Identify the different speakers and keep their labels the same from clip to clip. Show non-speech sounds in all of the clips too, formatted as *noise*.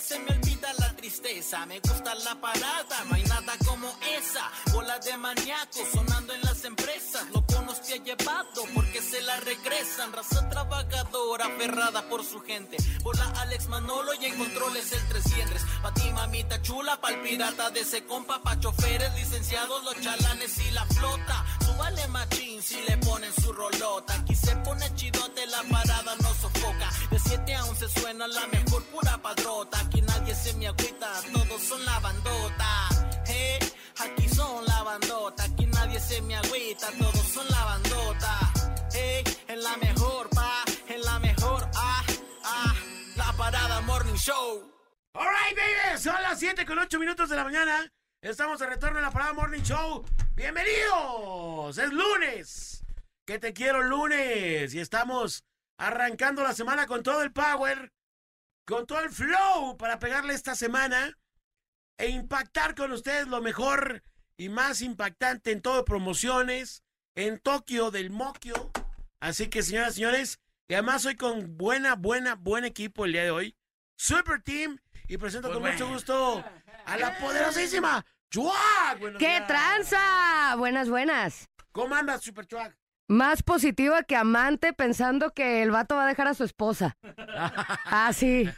Speaker 1: se me olvida la tristeza. Me gusta la parada, no hay nada como esa. Bolas de maníaco sonando en las empresas. Loco nos te ha llevado porque se la regresan. Raza trabajadora, aferrada por su gente. Bola Alex Manolo y en controles el 300. Pa' ti, mamita chula, pa'l pirata de ese compa. Pa' choferes, licenciados, los chalanes y la flota. Súbale machín si le ponen su rolota. Aquí se pone chidote, la parada no sofoca. De 7 a 11 suena la mejor pura padrota. Aquí nadie se me agüita, todos son la bandota. Hey, aquí son la bandota. Aquí nadie se me agüita, todos son la bandota. Hey, en la mejor, pa, en la mejor, ah, ah. La parada Morning Show.
Speaker 2: Alright, baby, son las 7 con 8 minutos de la mañana. Estamos de retorno en la parada Morning Show. ¡Bienvenidos! Es lunes. Que te quiero lunes. Y estamos arrancando la semana con todo el power, con todo el flow para pegarle esta semana e impactar con ustedes lo mejor y más impactante en todo promociones, en Tokio del Moquio. Así que, señoras y señores, y además hoy con buena, buena, buen equipo el día de hoy. Super Team. Y presento con mucho gusto a la poderosísima Chuac. Buenos
Speaker 3: ¡Qué
Speaker 2: días.
Speaker 3: tranza! Buenas, buenas.
Speaker 2: ¿Cómo andas, Super Chuac?
Speaker 3: Más positiva que amante pensando que el vato va a dejar a su esposa. Ah, sí.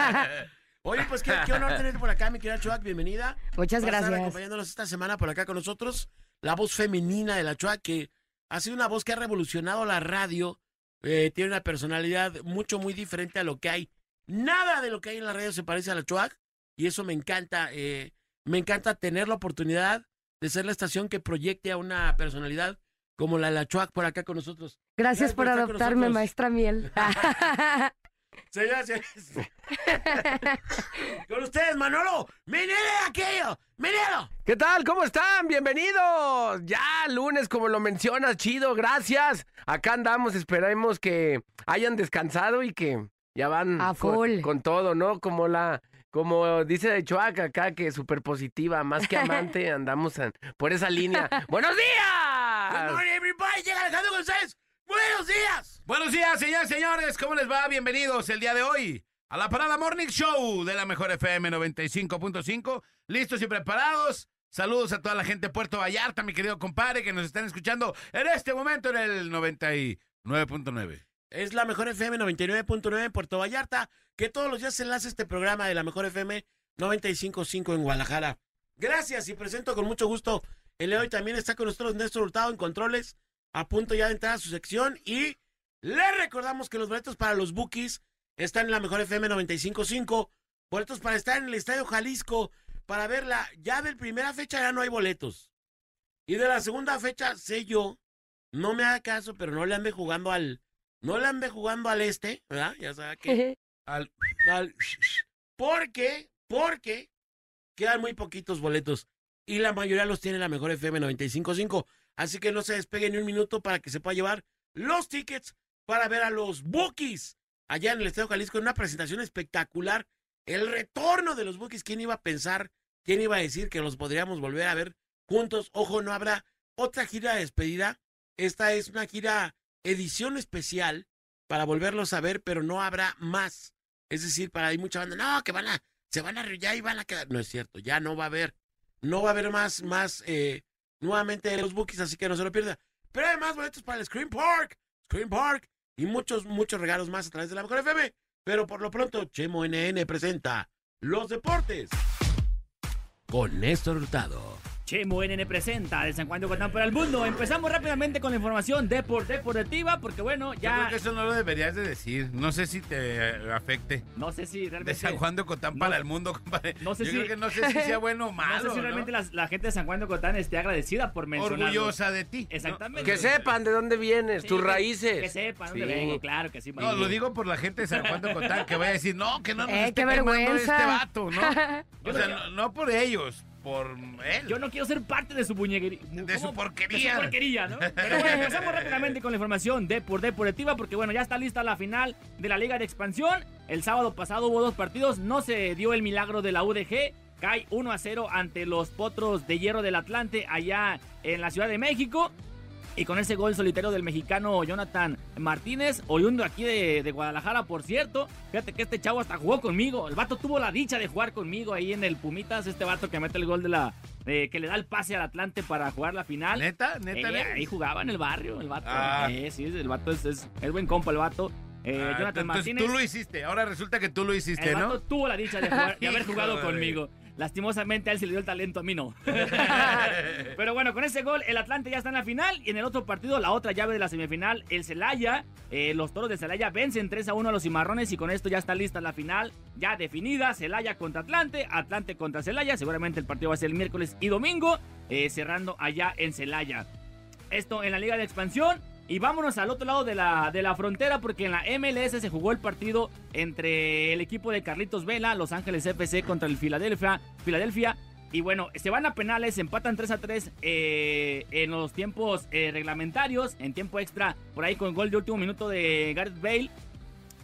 Speaker 2: *laughs* Oye, pues qué, qué honor tenerte por acá, mi querida Chuac. Bienvenida.
Speaker 3: Muchas
Speaker 2: Vas a estar
Speaker 3: gracias.
Speaker 2: acompañándonos esta semana por acá con nosotros. La voz femenina de la Chuac, que ha sido una voz que ha revolucionado la radio. Eh, tiene una personalidad mucho, muy diferente a lo que hay. Nada de lo que hay en la radio se parece a la Chuac. Y eso me encanta. eh, me encanta tener la oportunidad de ser la estación que proyecte a una personalidad como la de la Chuac por acá con nosotros.
Speaker 3: Gracias
Speaker 2: por
Speaker 3: por
Speaker 2: estar con
Speaker 3: adoptarme,
Speaker 2: nosotros.
Speaker 3: maestra miel. *laughs*
Speaker 2: Señoras y señores. con ustedes, Manolo. ¡Menea aquello! ¡Menelo!
Speaker 4: ¿Qué tal? ¿Cómo están? Bienvenidos. Ya lunes, como lo mencionas, chido, gracias. Acá andamos, esperemos que hayan descansado y que ya van
Speaker 3: A
Speaker 4: con-
Speaker 3: full.
Speaker 4: Con, todo, ¿no? Como la, como dice Choaca acá, que es súper positiva, más que amante, andamos en- por esa línea. ¡Buenos
Speaker 2: Good
Speaker 4: días!
Speaker 2: morning, everybody. Llega Alejandro González. Buenos días.
Speaker 5: Buenos días, señores, señores. ¿Cómo les va? Bienvenidos el día de hoy a la Parada Morning Show de la Mejor FM 95.5. Listos y preparados. Saludos a toda la gente de Puerto Vallarta, mi querido compadre, que nos están escuchando en este momento en el 99.9.
Speaker 2: Es la mejor FM 99.9 en Puerto Vallarta, que todos los días se enlaza este programa de la mejor FM 95.5 en Guadalajara. Gracias y presento con mucho gusto el día de hoy. También está con nosotros Néstor Hurtado en Controles, a punto ya de entrar a su sección. Y le recordamos que los boletos para los Bookies están en la mejor FM 95.5. Boletos para estar en el Estadio Jalisco, para verla. Ya de primera fecha ya no hay boletos. Y de la segunda fecha, sé yo, no me haga caso, pero no le ande jugando al, no le ande jugando al este, ¿verdad? Ya sabe que al, al- porque, porque quedan muy poquitos boletos y la mayoría los tiene la mejor FM 95.5. Así que no se despegue ni un minuto para que se pueda llevar los tickets para ver a los Bookies allá en el Estadio Jalisco en una presentación espectacular. El retorno de los Bookies, ¿quién iba a pensar? ¿Quién iba a decir que los podríamos volver a ver juntos? Ojo, no habrá otra gira de despedida. Esta es una gira edición especial para volverlos a ver, pero no habrá más. Es decir, para hay mucha banda, no, que van a, se van a arrullar y van a quedar. No es cierto, ya no va a haber, no va a haber más, más, eh, nuevamente los bookies, así que no se lo pierda. Pero además boletos para el Scream Park, Scream Park y muchos, muchos regalos más a través de la Mejor FM. Pero por lo pronto, Chemo NN presenta los deportes con Néstor Hurtado.
Speaker 6: Chemo NN E presenta Desencuentro con Tampa para el Mundo. Empezamos rápidamente con la información depor- deportiva, porque bueno,
Speaker 5: Yo creo
Speaker 6: ya
Speaker 5: que eso no lo deberías de decir. No sé si te eh, afecte.
Speaker 6: no sé si
Speaker 5: De
Speaker 6: realmente.
Speaker 5: San Juan de Cotán para
Speaker 6: No.
Speaker 5: el mundo, compadre.
Speaker 6: No sé
Speaker 5: Yo
Speaker 6: si-
Speaker 5: creo que no sé
Speaker 6: *laughs*
Speaker 5: si sea bueno o
Speaker 6: no
Speaker 5: malo.
Speaker 6: sé si realmente la, la gente de San Juan de Cotán esté agradecida por mencionarlo.
Speaker 5: Orgullosa de ti. ¿no?
Speaker 6: Exactamente.
Speaker 4: Que sepan de dónde vienes,
Speaker 6: Sí,
Speaker 4: tus
Speaker 6: que-
Speaker 4: raíces.
Speaker 6: Que sepan dónde
Speaker 4: Sí.
Speaker 6: vengo, claro que sí.
Speaker 5: No,
Speaker 6: Manuel.
Speaker 5: lo digo por la gente de San Juan de Cotán que vaya a decir, no, que no nos
Speaker 3: Eh,
Speaker 5: esté
Speaker 3: qué
Speaker 5: calmando
Speaker 3: vergüenza.
Speaker 5: este
Speaker 6: *laughs*
Speaker 5: vato, ¿no? O
Speaker 6: Yo no-
Speaker 5: sea, no, no por ellos, por él.
Speaker 6: Yo no quiero ser parte de su buñeguería.
Speaker 5: De su porquería.
Speaker 6: De su porquería,
Speaker 5: *laughs*
Speaker 6: ¿no? Pero bueno, empezamos
Speaker 5: Ah,
Speaker 6: rápidamente con la información de por deportiva, porque bueno, ya está lista la final de la Liga de Expansión. El sábado pasado hubo dos partidos, no se dio el milagro de la UDG. Cae 1 a 0 ante los potros de hierro del Atlante allá en la Ciudad de México. Y con ese gol solitario del mexicano Jonathan Martínez, oriundo aquí de, de Guadalajara, por cierto. Fíjate que este chavo hasta jugó conmigo. El vato tuvo la dicha de jugar conmigo ahí en el Pumitas. Este vato que mete el gol de la. eh, que le da el pase al Atlante para jugar la final.
Speaker 5: ¿Neta? ¿Neta?
Speaker 6: Eh,
Speaker 5: neta?
Speaker 6: ahí jugaba en el barrio, el vato.
Speaker 5: Ah.
Speaker 6: Eh, sí, el vato es, es, es buen compa, el vato. Eh,
Speaker 5: Ah,
Speaker 6: Jonathan
Speaker 5: entonces
Speaker 6: Martínez.
Speaker 5: tú lo hiciste. Ahora resulta que tú lo hiciste,
Speaker 6: el
Speaker 5: ¿no?
Speaker 6: vato tuvo la *laughs* dicha de, jugar- de haber
Speaker 5: Hijo
Speaker 6: jugado
Speaker 5: de-
Speaker 6: conmigo. Lastimosamente a él se le dio el talento, a mí no. Pero bueno, con ese gol el Atlante ya está en la final y en el otro partido, la otra llave de la semifinal, el Celaya, eh, los Toros de Celaya vencen 3 a 1 a los Cimarrones y con esto ya está lista la final, ya definida, Celaya contra Atlante, Atlante contra Celaya, seguramente el partido va a ser el miércoles y domingo, eh, cerrando allá en Celaya. Esto en la Liga de Expansión. Y vámonos al otro lado de la, de la frontera porque en la MLS se jugó el partido entre el equipo de Carlitos Vela, Los Ángeles FC contra el Philadelphia. Philadelphia y bueno, se van a penales, empatan 3 a 3 eh, en los tiempos eh, reglamentarios, en tiempo extra, por ahí con gol de último minuto de Gareth Bale.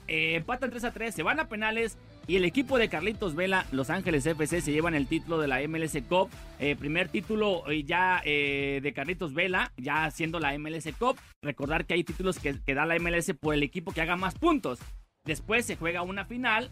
Speaker 6: Eh, empatan 3 a 3, se van a penales y el equipo de Carlitos Vela, Los Ángeles FC, se llevan el título de la MLS Cup. Eh, primer título eh, ya eh, de Carlitos Vela, ya siendo la MLS Cup. Recordar que hay títulos que, que da la MLS por el equipo que haga más puntos. Después se juega una final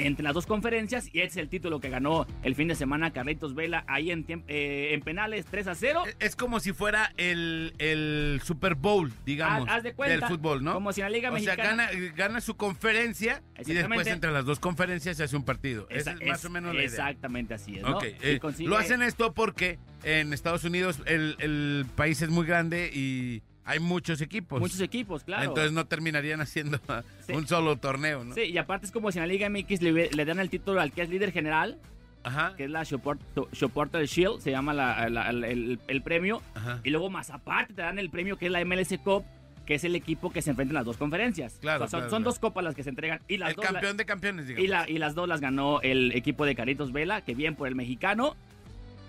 Speaker 6: entre las dos conferencias y es el título que ganó el fin de semana Carlitos Vela ahí en, tiemp- eh, en penales 3 a 0.
Speaker 5: E-, Es como si fuera el, el Super Bowl, digamos,
Speaker 6: Haz- haz de cuenta,
Speaker 5: del fútbol, ¿no?
Speaker 6: Como si en la Liga
Speaker 5: o sea,
Speaker 6: Mexicana...
Speaker 5: gana, gana su conferencia y después
Speaker 6: Exactamente.
Speaker 5: entre las dos conferencias se hace un partido. Esa
Speaker 6: Esa-
Speaker 5: es más
Speaker 6: es-
Speaker 5: o menos la idea.
Speaker 6: Exactamente así es,
Speaker 5: Ok,
Speaker 6: ¿no? Y
Speaker 5: eh,
Speaker 6: consigue-
Speaker 5: Lo hacen esto porque en Estados Unidos el, el país es muy grande y hay muchos equipos.
Speaker 6: muchos equipos, claro.
Speaker 5: Entonces no terminarían haciendo *laughs*
Speaker 6: Sí.
Speaker 5: un solo torneo, ¿no?
Speaker 6: Sí, y aparte es como si en la Liga MX le, hubie- le dan el título al que es líder general,
Speaker 5: Ajá.
Speaker 6: que es la Support- Supporter Shield, se llama la- la- la- el, el premio,
Speaker 5: Ajá.
Speaker 6: y luego más aparte te dan el premio que es la MLS Cup, que es el equipo que se enfrenta en las dos conferencias.
Speaker 5: Claro,
Speaker 6: O sea, son,
Speaker 5: claro,
Speaker 6: son
Speaker 5: claro.
Speaker 6: dos copas las que se entregan y las
Speaker 5: El
Speaker 6: dos la-
Speaker 5: campeón de campeones, digamos.
Speaker 6: y, la- y las dos las ganó el equipo de Caritos Vela, que bien por el mexicano.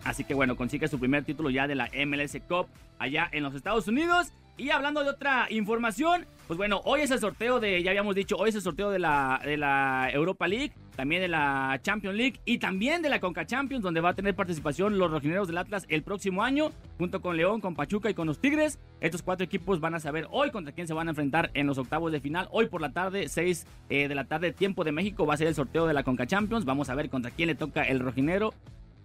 Speaker 6: Así que bueno, consigue su primer título ya de la MLS Cup allá en los Estados Unidos. Y hablando de otra información, pues bueno, hoy es el sorteo de, ya habíamos dicho, hoy es el sorteo de la, de la Europa League, también de la Champions League y también de la Conca Champions, donde va a tener participación los rojineros del Atlas el próximo año, junto con León, con Pachuca y con los Tigres. Estos cuatro equipos van a saber hoy contra quién se van a enfrentar en los octavos de final. Hoy por la tarde, 6 eh, de la tarde, tiempo de México, va a ser el sorteo de la Conca Champions. Vamos a ver contra quién le toca el rojinero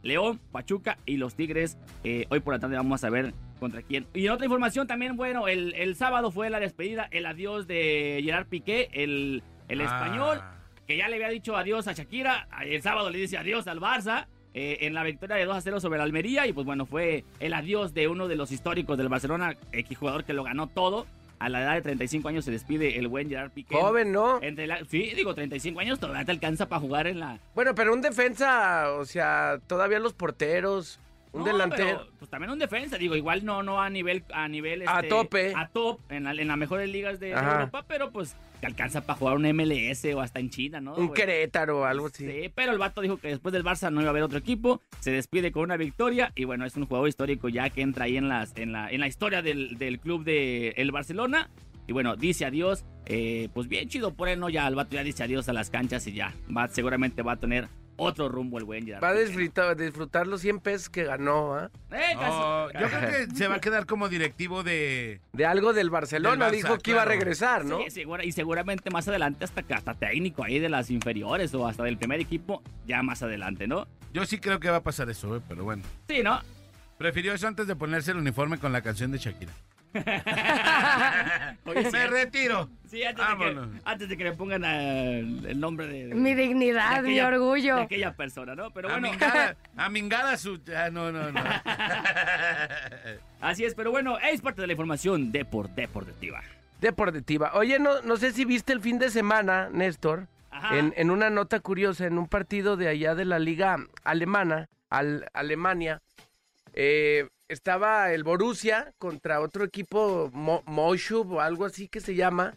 Speaker 6: León, Pachuca y los Tigres. Eh, hoy por la tarde vamos a ver contra quién. Y en otra información también, bueno, el, el sábado fue la despedida, el adiós de Gerard Piqué, el, el
Speaker 5: Ah.
Speaker 6: español, que ya le había dicho adiós a Shakira. El sábado le dice adiós al Barça. eh, en la victoria de 2 a 0 sobre el Almería, y pues bueno, fue el adiós de uno de los históricos del Barcelona, ex jugador que lo ganó todo. A la edad de 35 años se despide el buen Gerard Piqué.
Speaker 4: Joven, ¿no?
Speaker 6: Entre la- sí, digo, 35 años todavía te alcanza para jugar en la,
Speaker 4: Bueno, pero un defensa, o sea, todavía los porteros, un
Speaker 6: No,
Speaker 4: delantero.
Speaker 6: pero, pues también un defensa, digo, igual no, no a nivel, a nivel
Speaker 4: A
Speaker 6: este,
Speaker 4: tope.
Speaker 6: A top, en, la- en las mejores ligas de, de
Speaker 4: Ajá.
Speaker 6: Europa, pero pues te alcanza para jugar un MLS o hasta en China, ¿no?
Speaker 4: Un
Speaker 6: güey?
Speaker 4: Querétaro o algo así.
Speaker 6: Sí, pero el vato dijo que después del Barça no iba a haber otro equipo, se despide con una victoria y bueno, es un jugador histórico ya que entra ahí en, las, en, la, en la historia del, del club de el Barcelona y bueno, dice adiós, eh, pues bien chido por él, ¿no? Ya el vato ya dice adiós a las canchas y ya, va, seguramente va a tener otro rumbo el buen Gerard
Speaker 4: Va a
Speaker 6: Piqué, ¿no?
Speaker 4: disfrutar, disfrutar los 100 pesos que ganó, ¿ah?
Speaker 6: Eh, casi-
Speaker 5: No, Oh, yo creo
Speaker 6: *laughs*
Speaker 5: que se va a quedar como directivo de...
Speaker 4: De algo del Barcelona,
Speaker 5: Del Barça,
Speaker 4: dijo que iba a
Speaker 5: claro.
Speaker 4: regresar, ¿no?
Speaker 6: Sí, segura- y seguramente más adelante hasta, hasta técnico ahí de las inferiores o hasta del primer equipo, ya más adelante, ¿no?
Speaker 5: Yo sí creo que va a pasar eso, eh, pero bueno.
Speaker 6: Sí, ¿no?
Speaker 5: Prefirió eso antes de ponerse el uniforme con la canción de Shakira.
Speaker 6: Oye, sí,
Speaker 5: Me retiro.
Speaker 6: sí, antes, de que,
Speaker 5: Vámonos.
Speaker 6: antes de que le pongan eh, el nombre de... de-
Speaker 3: Mi
Speaker 6: de
Speaker 3: dignidad, mi
Speaker 6: aquella- De
Speaker 3: orgullo.
Speaker 6: aquella persona, ¿no? Pero
Speaker 5: a
Speaker 6: bueno, *laughs*
Speaker 5: mingar a, a mingar a su... ah, no, no, no.
Speaker 6: así es, pero bueno, es parte de la información de por Deportiva.
Speaker 4: Deportiva. Oye, no, no sé si viste el fin de semana, Néstor,
Speaker 6: Ajá.
Speaker 4: en, en una nota curiosa, en un partido de allá de la liga alemana, al, Alemania, eh, estaba el Borussia contra otro equipo, Mo, Moschub o algo así que se llama,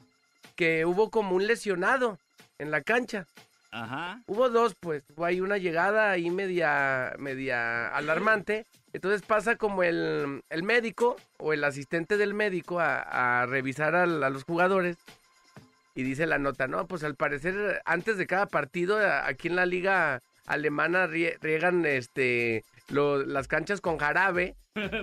Speaker 4: que hubo como un lesionado en la cancha.
Speaker 6: Ajá.
Speaker 4: Hubo dos, pues. Hubo ahí una llegada ahí media, media alarmante. Entonces pasa como el, el médico o el asistente del médico a, a revisar al- a, los jugadores. Y dice la nota, no, pues al parecer antes de cada partido a- aquí en la liga alemana rie- riegan este, lo- las canchas con jarabe.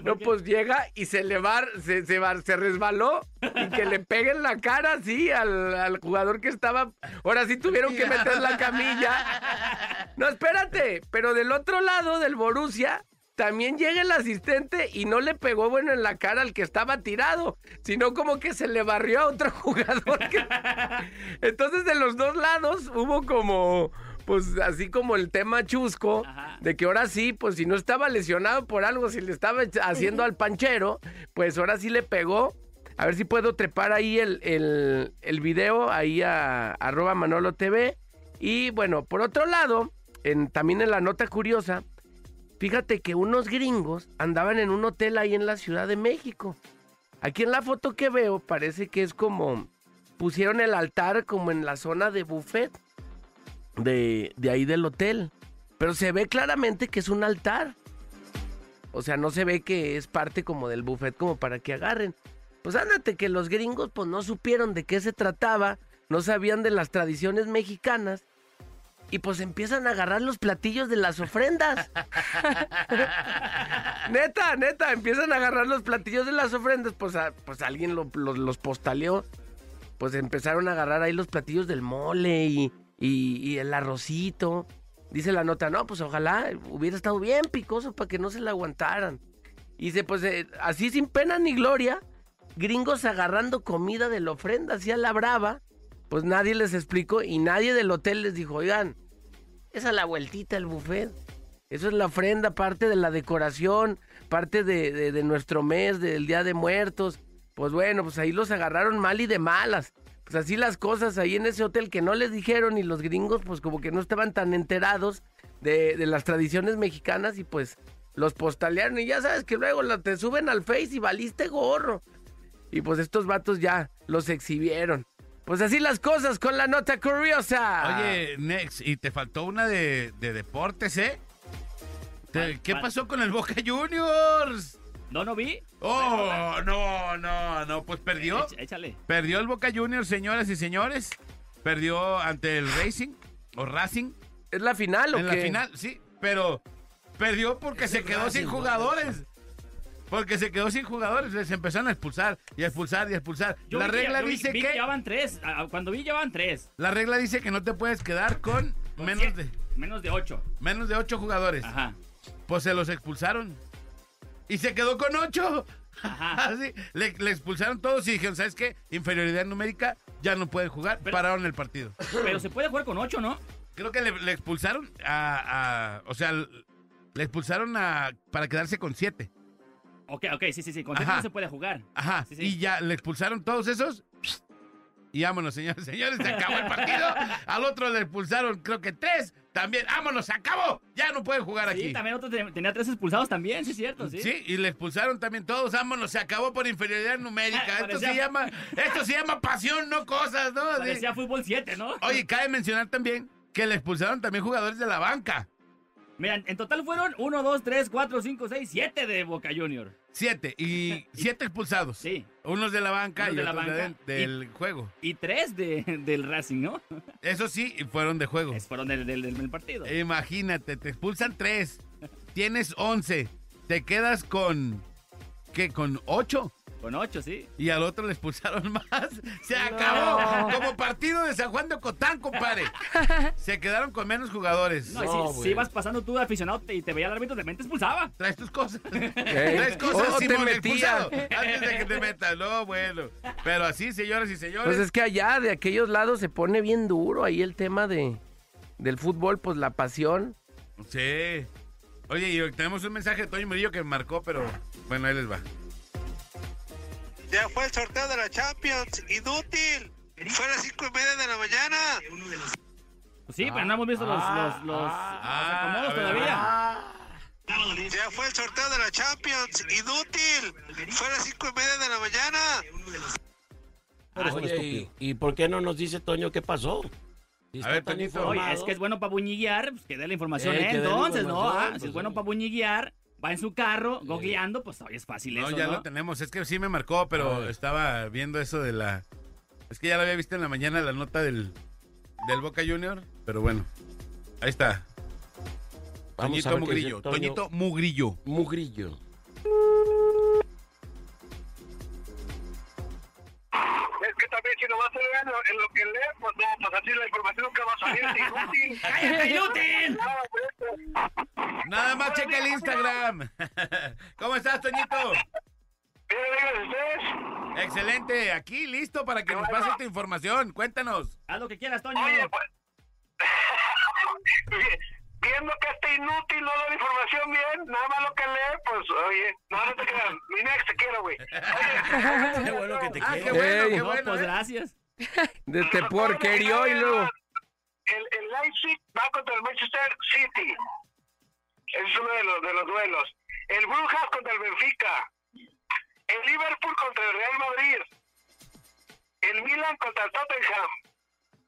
Speaker 4: No, pues llega y se le va, se, se, va- se resbaló y que le pegue en la cara, sí, al, al jugador que estaba. Ahora sí tuvieron que meter la camilla. No, espérate, pero del otro lado del Borussia también llega el asistente y no le pegó bueno en la cara al que estaba tirado, sino como que se le barrió a otro jugador. que- Entonces de los dos lados hubo como, pues así como el tema chusco,
Speaker 6: Ajá.
Speaker 4: de que ahora sí, pues si no estaba lesionado por algo, si le estaba echa- haciendo al panchero, pues ahora sí le pegó. A ver si puedo trepar ahí el, el- el video, ahí a arroba Manolo TV. Y bueno, por otro lado, en- también en la nota curiosa, Fíjate que unos gringos andaban en un hotel ahí en la Ciudad de México. Aquí en la foto que veo parece que es como pusieron el altar como en la zona de buffet de, de ahí del hotel. Pero se ve claramente que es un altar. O sea, no se ve que es parte como del buffet como para que agarren. Pues ándate que los gringos pues no supieron de qué se trataba, no sabían de las tradiciones mexicanas y pues empiezan a agarrar los platillos de las ofrendas. *laughs* neta, neta, empiezan a agarrar los platillos de las ofrendas, pues, a- pues alguien lo- los- los postaleó. Pues empezaron a agarrar ahí los platillos del mole y, y- y el arrocito. Dice la nota, no, pues ojalá hubiera estado bien picoso para que no se la aguantaran. Y dice, pues eh, así sin pena ni gloria, gringos agarrando comida de la ofrenda, así a la brava. Pues nadie les explicó y nadie del hotel les dijo, oigan, esa es la vueltita al buffet. Eso es la ofrenda, parte de la decoración, parte de, de- de nuestro mes, del Día de Muertos. Pues bueno, pues ahí los agarraron mal y de malas. Pues así las cosas ahí en ese hotel que no les dijeron y los gringos pues como que no estaban tan enterados de, de las tradiciones mexicanas y pues los postalearon y ya sabes que luego la- te suben al face y valiste gorro. Y pues estos vatos ya los exhibieron. Pues así las cosas con la nota curiosa.
Speaker 5: Oye, Nex, y te faltó una de, de deportes, ¿eh? Te-
Speaker 6: ¿Cuál,
Speaker 5: ¿Qué
Speaker 6: cuál?
Speaker 5: pasó con el Boca Juniors?
Speaker 6: No, no vi.
Speaker 5: Oh, no, no, no, pues perdió.
Speaker 6: Echa- Échale.
Speaker 5: Perdió el Boca Juniors, señoras y señores. Perdió ante el Racing o Racing
Speaker 4: ¿Es la final o
Speaker 5: en
Speaker 4: qué?
Speaker 5: la final, sí, pero perdió porque se quedó sin jugadores. Porque se quedó sin jugadores, les empezaron a expulsar y a expulsar y a expulsar.
Speaker 6: Yo
Speaker 5: la
Speaker 6: vi que-
Speaker 5: regla
Speaker 6: yo vi-
Speaker 5: dice
Speaker 6: vi
Speaker 5: que
Speaker 6: Llevaban tres. Ah, ah, Cuando vi, llevaban tres.
Speaker 5: la regla dice que no te puedes quedar con
Speaker 6: Con
Speaker 5: menos
Speaker 6: cien-
Speaker 5: de
Speaker 6: Menos de ocho.
Speaker 5: menos de ocho jugadores.
Speaker 6: Ajá.
Speaker 5: Pues se los expulsaron. Y se quedó con ocho.
Speaker 6: Ajá.
Speaker 5: *laughs* Así, le, le expulsaron todos y dijeron, ¿sabes qué? Inferioridad numérica, ya no pueden jugar.
Speaker 6: Pero-
Speaker 5: Pararon el partido.
Speaker 6: Pero se puede jugar con ocho, ¿no?
Speaker 5: Creo que le, le expulsaron a, a- O sea, le expulsaron a para quedarse con siete.
Speaker 6: Ok, ok, sí, sí, sí. Con siete
Speaker 5: Ajá.
Speaker 6: no se puede jugar.
Speaker 5: Ajá.
Speaker 6: Sí, sí.
Speaker 5: Y ya le expulsaron todos esos. Y vámonos, señores, *laughs* señores, se acabó el partido. Al otro le expulsaron, creo que tres. También, vámonos, se acabó. Ya no pueden jugar aquí.
Speaker 6: Sí, también otro te- tenía tres expulsados también, sí es cierto, sí.
Speaker 5: Sí, y le expulsaron también todos. Vámonos, se acabó por inferioridad numérica. Esto se
Speaker 6: Ah, Parecía-
Speaker 5: llama, esto se llama pasión, no cosas, ¿no? Así.
Speaker 6: Parecía fútbol 7, ¿no?
Speaker 5: Oye, cabe mencionar también que le expulsaron también jugadores de la banca.
Speaker 6: Mira, en total fueron 1, 2, 3, 4, 5, 6, 7 de Boca Junior.
Speaker 5: Siete.
Speaker 6: *laughs*
Speaker 5: Y siete expulsados.
Speaker 6: Sí.
Speaker 5: Unos de la banca
Speaker 6: Unos
Speaker 5: y
Speaker 6: de la
Speaker 5: otros de
Speaker 6: banca.
Speaker 5: de- del juego.
Speaker 6: Y 3 de, del Racing, ¿no?
Speaker 5: Eso sí, fueron de juego.
Speaker 6: Es, fueron del, del, del partido.
Speaker 5: Imagínate, te expulsan
Speaker 6: *laughs*
Speaker 5: tres. Tienes once. Te quedas con. ¿Qué? ¿Con ocho?
Speaker 6: Con 8, sí.
Speaker 5: Y al otro le expulsaron
Speaker 4: *laughs*
Speaker 5: más. Se acabó.
Speaker 3: No.
Speaker 5: Como partido de San Juan de Ocotán,
Speaker 4: *laughs*
Speaker 5: compadre. Se quedaron con menos jugadores.
Speaker 6: No, y si- si, ibas pasando tú de aficionado te- y te veía el árbitro, de mente expulsaba.
Speaker 5: Traes tus cosas. Traes cosas
Speaker 4: O Oh, te
Speaker 5: Simón,
Speaker 4: metías.
Speaker 5: expulsado. Antes de que te metas. No, bueno. Pero así, señoras y señores.
Speaker 4: Pues es que allá, de aquellos lados, se pone bien duro ahí el tema de, del fútbol, pues la pasión.
Speaker 5: Sí. Oye, y tenemos un mensaje de Toño Murillo que me marcó, pero bueno, ahí les va.
Speaker 7: Ya fue el sorteo de la Champions, inútil. Fue a las cinco y media de la mañana.
Speaker 6: Pues sí, pero no hemos visto los, los, los,
Speaker 5: ah,
Speaker 6: los acomodos
Speaker 5: a ver,
Speaker 6: todavía.
Speaker 7: Ya fue el sorteo de la Champions, inútil. Fue a las cinco y media de la mañana.
Speaker 2: Oye, ¿y, y por qué no nos dice Toño qué pasó? Si
Speaker 5: A ver,
Speaker 2: está tan
Speaker 5: Toñito.
Speaker 2: informado.
Speaker 6: Oye, es que es bueno para buñiguear, pues que dé la información,
Speaker 2: Eh,
Speaker 6: ¿eh?
Speaker 2: que dé la
Speaker 6: Entonces, ¿no?
Speaker 2: información,
Speaker 6: Ah,
Speaker 2: pues,
Speaker 6: si es bueno
Speaker 2: sí.
Speaker 6: para buñiguear, va en su carro, googleando, pues oye, es fácil
Speaker 5: No,
Speaker 6: eso,
Speaker 5: ya
Speaker 6: ¿no?
Speaker 5: lo tenemos. Es que sí me marcó, pero estaba viendo eso de la. Es que ya lo había visto en la mañana la nota del, del Boca Junior. Pero bueno, ahí está.
Speaker 2: Vamos a
Speaker 5: Toñito
Speaker 2: ver qué dice
Speaker 5: Mugrillo.
Speaker 2: Toño
Speaker 5: Toñito Mugrillo.
Speaker 2: Mugrillo.
Speaker 7: Es que también si nomás se ve en lo, en lo que lee, pues no, pues así la información nunca va a salir, es
Speaker 5: *laughs*
Speaker 7: inútil.
Speaker 6: ¡Cállate, inútil!
Speaker 7: Nada, pues,
Speaker 5: Nada más checa el Instagram. *laughs* ¿Cómo estás, Toñito?
Speaker 7: ¿Qué digan ustedes?
Speaker 5: Excelente. Aquí listo para que nos pases tu información. Cuéntanos.
Speaker 6: Haz lo que quieras, Toño.
Speaker 7: Oye, pues... Oye, *laughs* Viendo que este inútil no da la información bien, nada más lo que lee, pues oye, no, no te crean, mi next te quiero, güey. Oye,
Speaker 2: Qué bueno que te
Speaker 5: Ah, qué
Speaker 2: quiero.
Speaker 5: bueno,
Speaker 4: Ey.
Speaker 5: qué
Speaker 6: No,
Speaker 5: bueno.
Speaker 6: pues
Speaker 5: ¿eh?
Speaker 6: gracias.
Speaker 4: De este
Speaker 7: Nos acaba de
Speaker 4: porquerio
Speaker 7: llegar
Speaker 4: y luego.
Speaker 7: El, el Leipzig va contra el Manchester City. Ese es uno de los, de los duelos. El Brujas contra el Benfica. El Liverpool contra el Real Madrid. El Milan contra el Tottenham.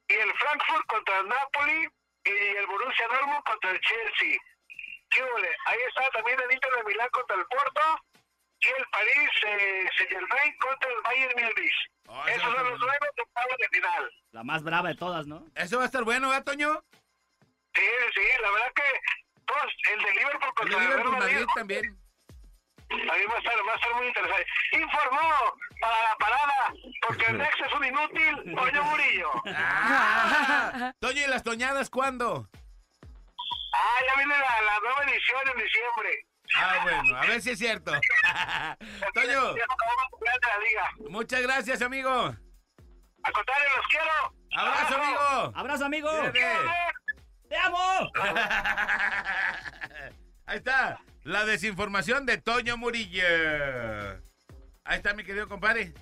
Speaker 7: Y el Frankfurt contra el Napoli. Y el Borussia Dortmund contra el Chelsea. ¿Qué huele? Ahí está también el Inter de Milán contra el Porto. Y el París eh, Saint-Germain contra el Bayern Múnich.
Speaker 5: Ah, ese va a
Speaker 7: Esos
Speaker 5: estar
Speaker 7: son los
Speaker 5: bueno.
Speaker 7: duelos de octavos de final.
Speaker 6: La más brava de todas, ¿no?
Speaker 5: Eso va a estar bueno, ¿verdad, Toño?
Speaker 7: Sí, sí, la verdad que todos, el de Liverpool
Speaker 5: El de
Speaker 7: contra el Real
Speaker 5: Liverpool
Speaker 7: Madrid,
Speaker 5: Madrid también.
Speaker 7: a mí va a, estar, va a estar muy interesante. Informó para la parada, porque el Nex es un inútil, Toño
Speaker 5: *laughs*
Speaker 7: Murillo.
Speaker 5: Ah, *laughs* Toño, ¿y las toñadas cuándo?
Speaker 7: Ah, ya viene la, la nueva edición en diciembre.
Speaker 5: Ah, bueno, a ver si es cierto. *laughs* Toño,
Speaker 7: Ya acabamos de jugar de la liga.
Speaker 5: muchas gracias, amigo.
Speaker 7: A contrario, los quiero.
Speaker 5: Abrazo, amigo.
Speaker 6: ¡Abrazo, amigo!
Speaker 5: Cuídate.
Speaker 6: ¡Te
Speaker 5: *laughs*
Speaker 6: amo!
Speaker 5: Ahí está, la desinformación de Toño Murillo. Ahí está, mi querido compadre.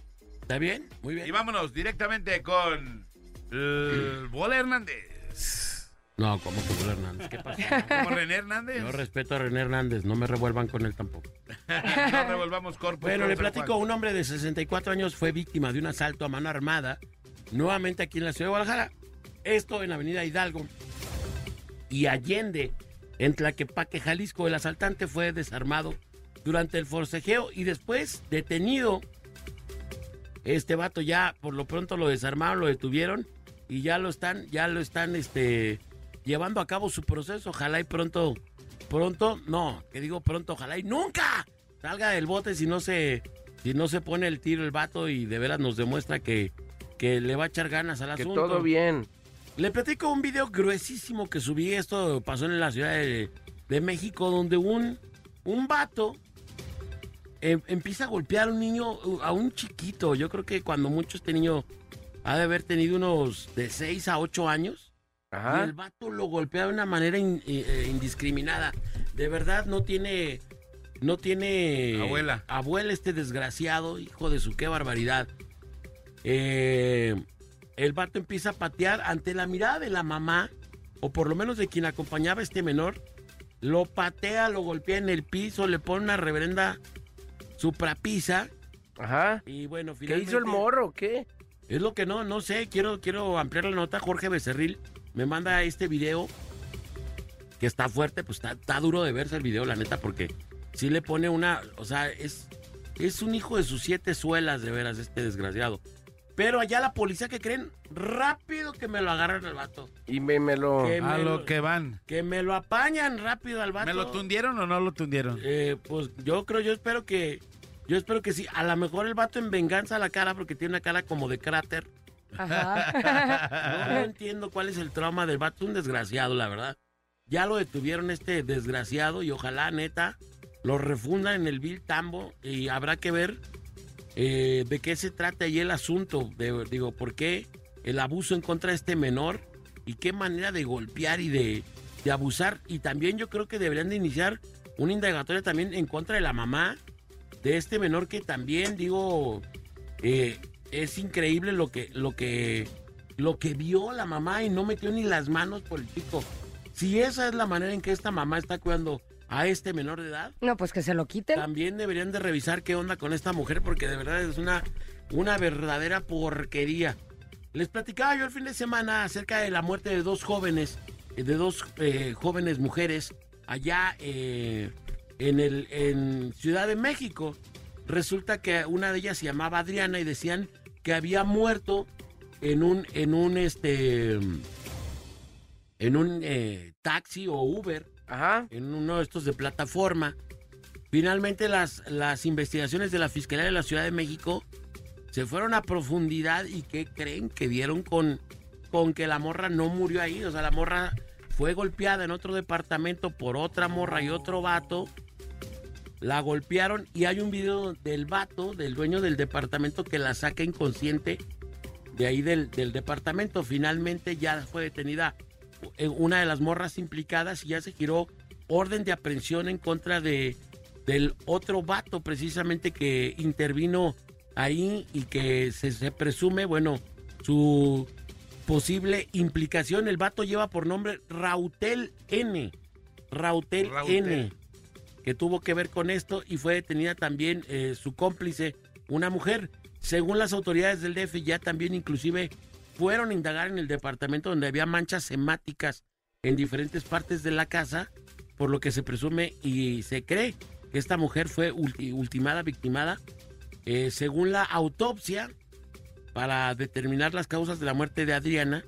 Speaker 2: ¿Está bien? Muy
Speaker 5: Y
Speaker 2: bien.
Speaker 5: vámonos directamente con
Speaker 2: Mm.
Speaker 5: el Bola Hernández.
Speaker 2: No, ¿cómo que Bola Hernández? ¿Qué pasó?
Speaker 5: Como René
Speaker 6: Pues.
Speaker 5: Hernández.
Speaker 2: Yo respeto a René Hernández, no me revuelvan con él tampoco.
Speaker 5: No revolvamos corpos.
Speaker 2: Bueno,
Speaker 5: con
Speaker 2: le
Speaker 5: San
Speaker 2: platico,
Speaker 5: Juan.
Speaker 2: un hombre de 64 años fue víctima de un asalto a mano armada, nuevamente aquí en la ciudad de Guadalajara. Esto en la avenida Hidalgo y Allende, en Tlaquepaque, Jalisco. El asaltante fue desarmado durante el forcejeo y después detenido. Este vato ya por lo pronto lo desarmaron, lo detuvieron y ya lo están, ya lo están este, llevando a cabo su proceso. Ojalá y pronto, pronto, no, que digo pronto, ojalá y nunca salga del bote si no se, si no se pone el tiro el vato y de veras nos demuestra que, que le va a echar ganas al
Speaker 4: Que
Speaker 2: asunto.
Speaker 4: todo bien.
Speaker 2: Le platico un video gruesísimo que subí. Esto pasó en la Ciudad de, de México, donde un, un vato em- empieza a golpear a un niño, u- a un chiquito. Yo creo que cuando mucho este niño ha de haber tenido unos de 6 a 8 años. Y el
Speaker 4: Ajá.
Speaker 2: vato lo golpea de una manera in- eh, indiscriminada. De verdad, no tiene. No tiene.
Speaker 5: Abuela.
Speaker 2: Abuela, este desgraciado. Hijo de su, qué barbaridad. Eh, el vato empieza a patear ante la mirada de la mamá, o por lo menos de quien acompañaba a este menor. Lo patea, lo golpea en el piso, le pone una reverenda suprapisa.
Speaker 4: Ajá.
Speaker 2: Y bueno,
Speaker 4: ¿Qué
Speaker 2: finalmente.
Speaker 4: hizo el morro? o ¿Qué?
Speaker 2: Es lo que no, no sé, quiero, quiero ampliar la nota. Jorge Becerril me manda este video que está fuerte, pues está, está duro de verse el video, la neta, porque sí le pone una, o sea, es, es un hijo de sus siete suelas, de veras, este desgraciado. Pero allá la policía que creen, rápido que me lo agarran al vato.
Speaker 4: Y me, me lo.
Speaker 2: Que
Speaker 5: A
Speaker 2: me
Speaker 5: lo que van.
Speaker 2: que me lo apañan rápido al vato.
Speaker 5: ¿Me lo tundieron o no lo tundieron?
Speaker 2: Eh, pues yo creo, yo espero que, yo espero que sí. A lo mejor el vato en venganza a la cara, porque tiene una cara como de cráter.
Speaker 3: Ajá.
Speaker 8: *laughs*
Speaker 2: No, no entiendo cuál es el trauma del vato. Un desgraciado, la verdad. Ya lo detuvieron este desgraciado y ojalá, neta, lo refundan en el vil tambo y habrá que ver eh, de qué se trata ahí el asunto. De- digo, ¿por qué el abuso en contra de este menor? ¿Y qué manera de golpear y de, de abusar? Y también yo creo que deberían de iniciar una indagatoria también en contra de la mamá de este menor que también, digo, eh, es increíble lo que, lo que, lo que vio la mamá y no metió ni las manos por el chico. Si esa es la manera en que esta mamá está cuidando a este menor de edad,
Speaker 3: No, pues que se lo quiten.
Speaker 2: también deberían de revisar qué onda con esta mujer porque de verdad es una, una verdadera porquería. Les platicaba yo el fin de semana acerca de la muerte de dos jóvenes, eh, de dos eh, jóvenes mujeres allá eh, en, el, en Ciudad de México. Resulta que una de ellas se llamaba Adriana y decían que había muerto en un, en un, este, en un eh, taxi o Uber
Speaker 4: Ajá.
Speaker 2: en uno de estos de plataforma. Finalmente las, las investigaciones de la Fiscalía de la Ciudad de México se fueron a profundidad y que creen que dieron con, con que la morra no murió ahí. O sea, la morra fue golpeada en otro departamento por otra morra y otro vato. La golpearon y hay un video del vato, del dueño del departamento, que la saca inconsciente de ahí del, del departamento. Finalmente ya fue detenida eh, una de las morras implicadas y ya se giró orden de aprehensión en contra de, del otro vato precisamente que intervino ahí y que se, se presume, bueno, su posible implicación. El vato lleva por nombre Rautel N. Rautel,
Speaker 5: Rautel.
Speaker 2: N. Que tuvo que ver con esto y fue detenida también eh, su cómplice, una mujer. Según las autoridades del DF, ya también inclusive fueron a indagar en el departamento donde había manchas semáticas en diferentes partes de la casa, por lo que se presume y se cree que esta mujer fue ulti- ultimada, victimada. Eh, según la autopsia, para determinar las causas de la muerte de Adriana,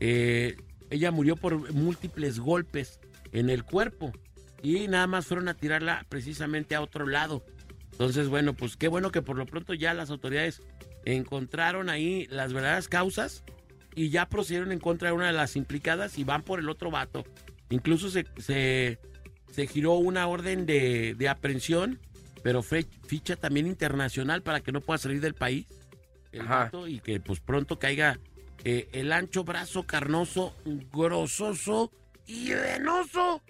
Speaker 2: eh, ella murió por múltiples golpes en el cuerpo y nada más fueron a tirarla precisamente a otro lado. Entonces, bueno, pues qué bueno que por lo pronto ya las autoridades encontraron ahí las verdaderas causas y ya procedieron en contra de una de las implicadas y van por el otro vato. Incluso se, se, se giró una orden de, de aprehensión, pero fue ficha también internacional para que no pueda salir del país el
Speaker 4: Ajá.
Speaker 2: vato y que pues pronto caiga eh, el ancho brazo carnoso, grososo y venoso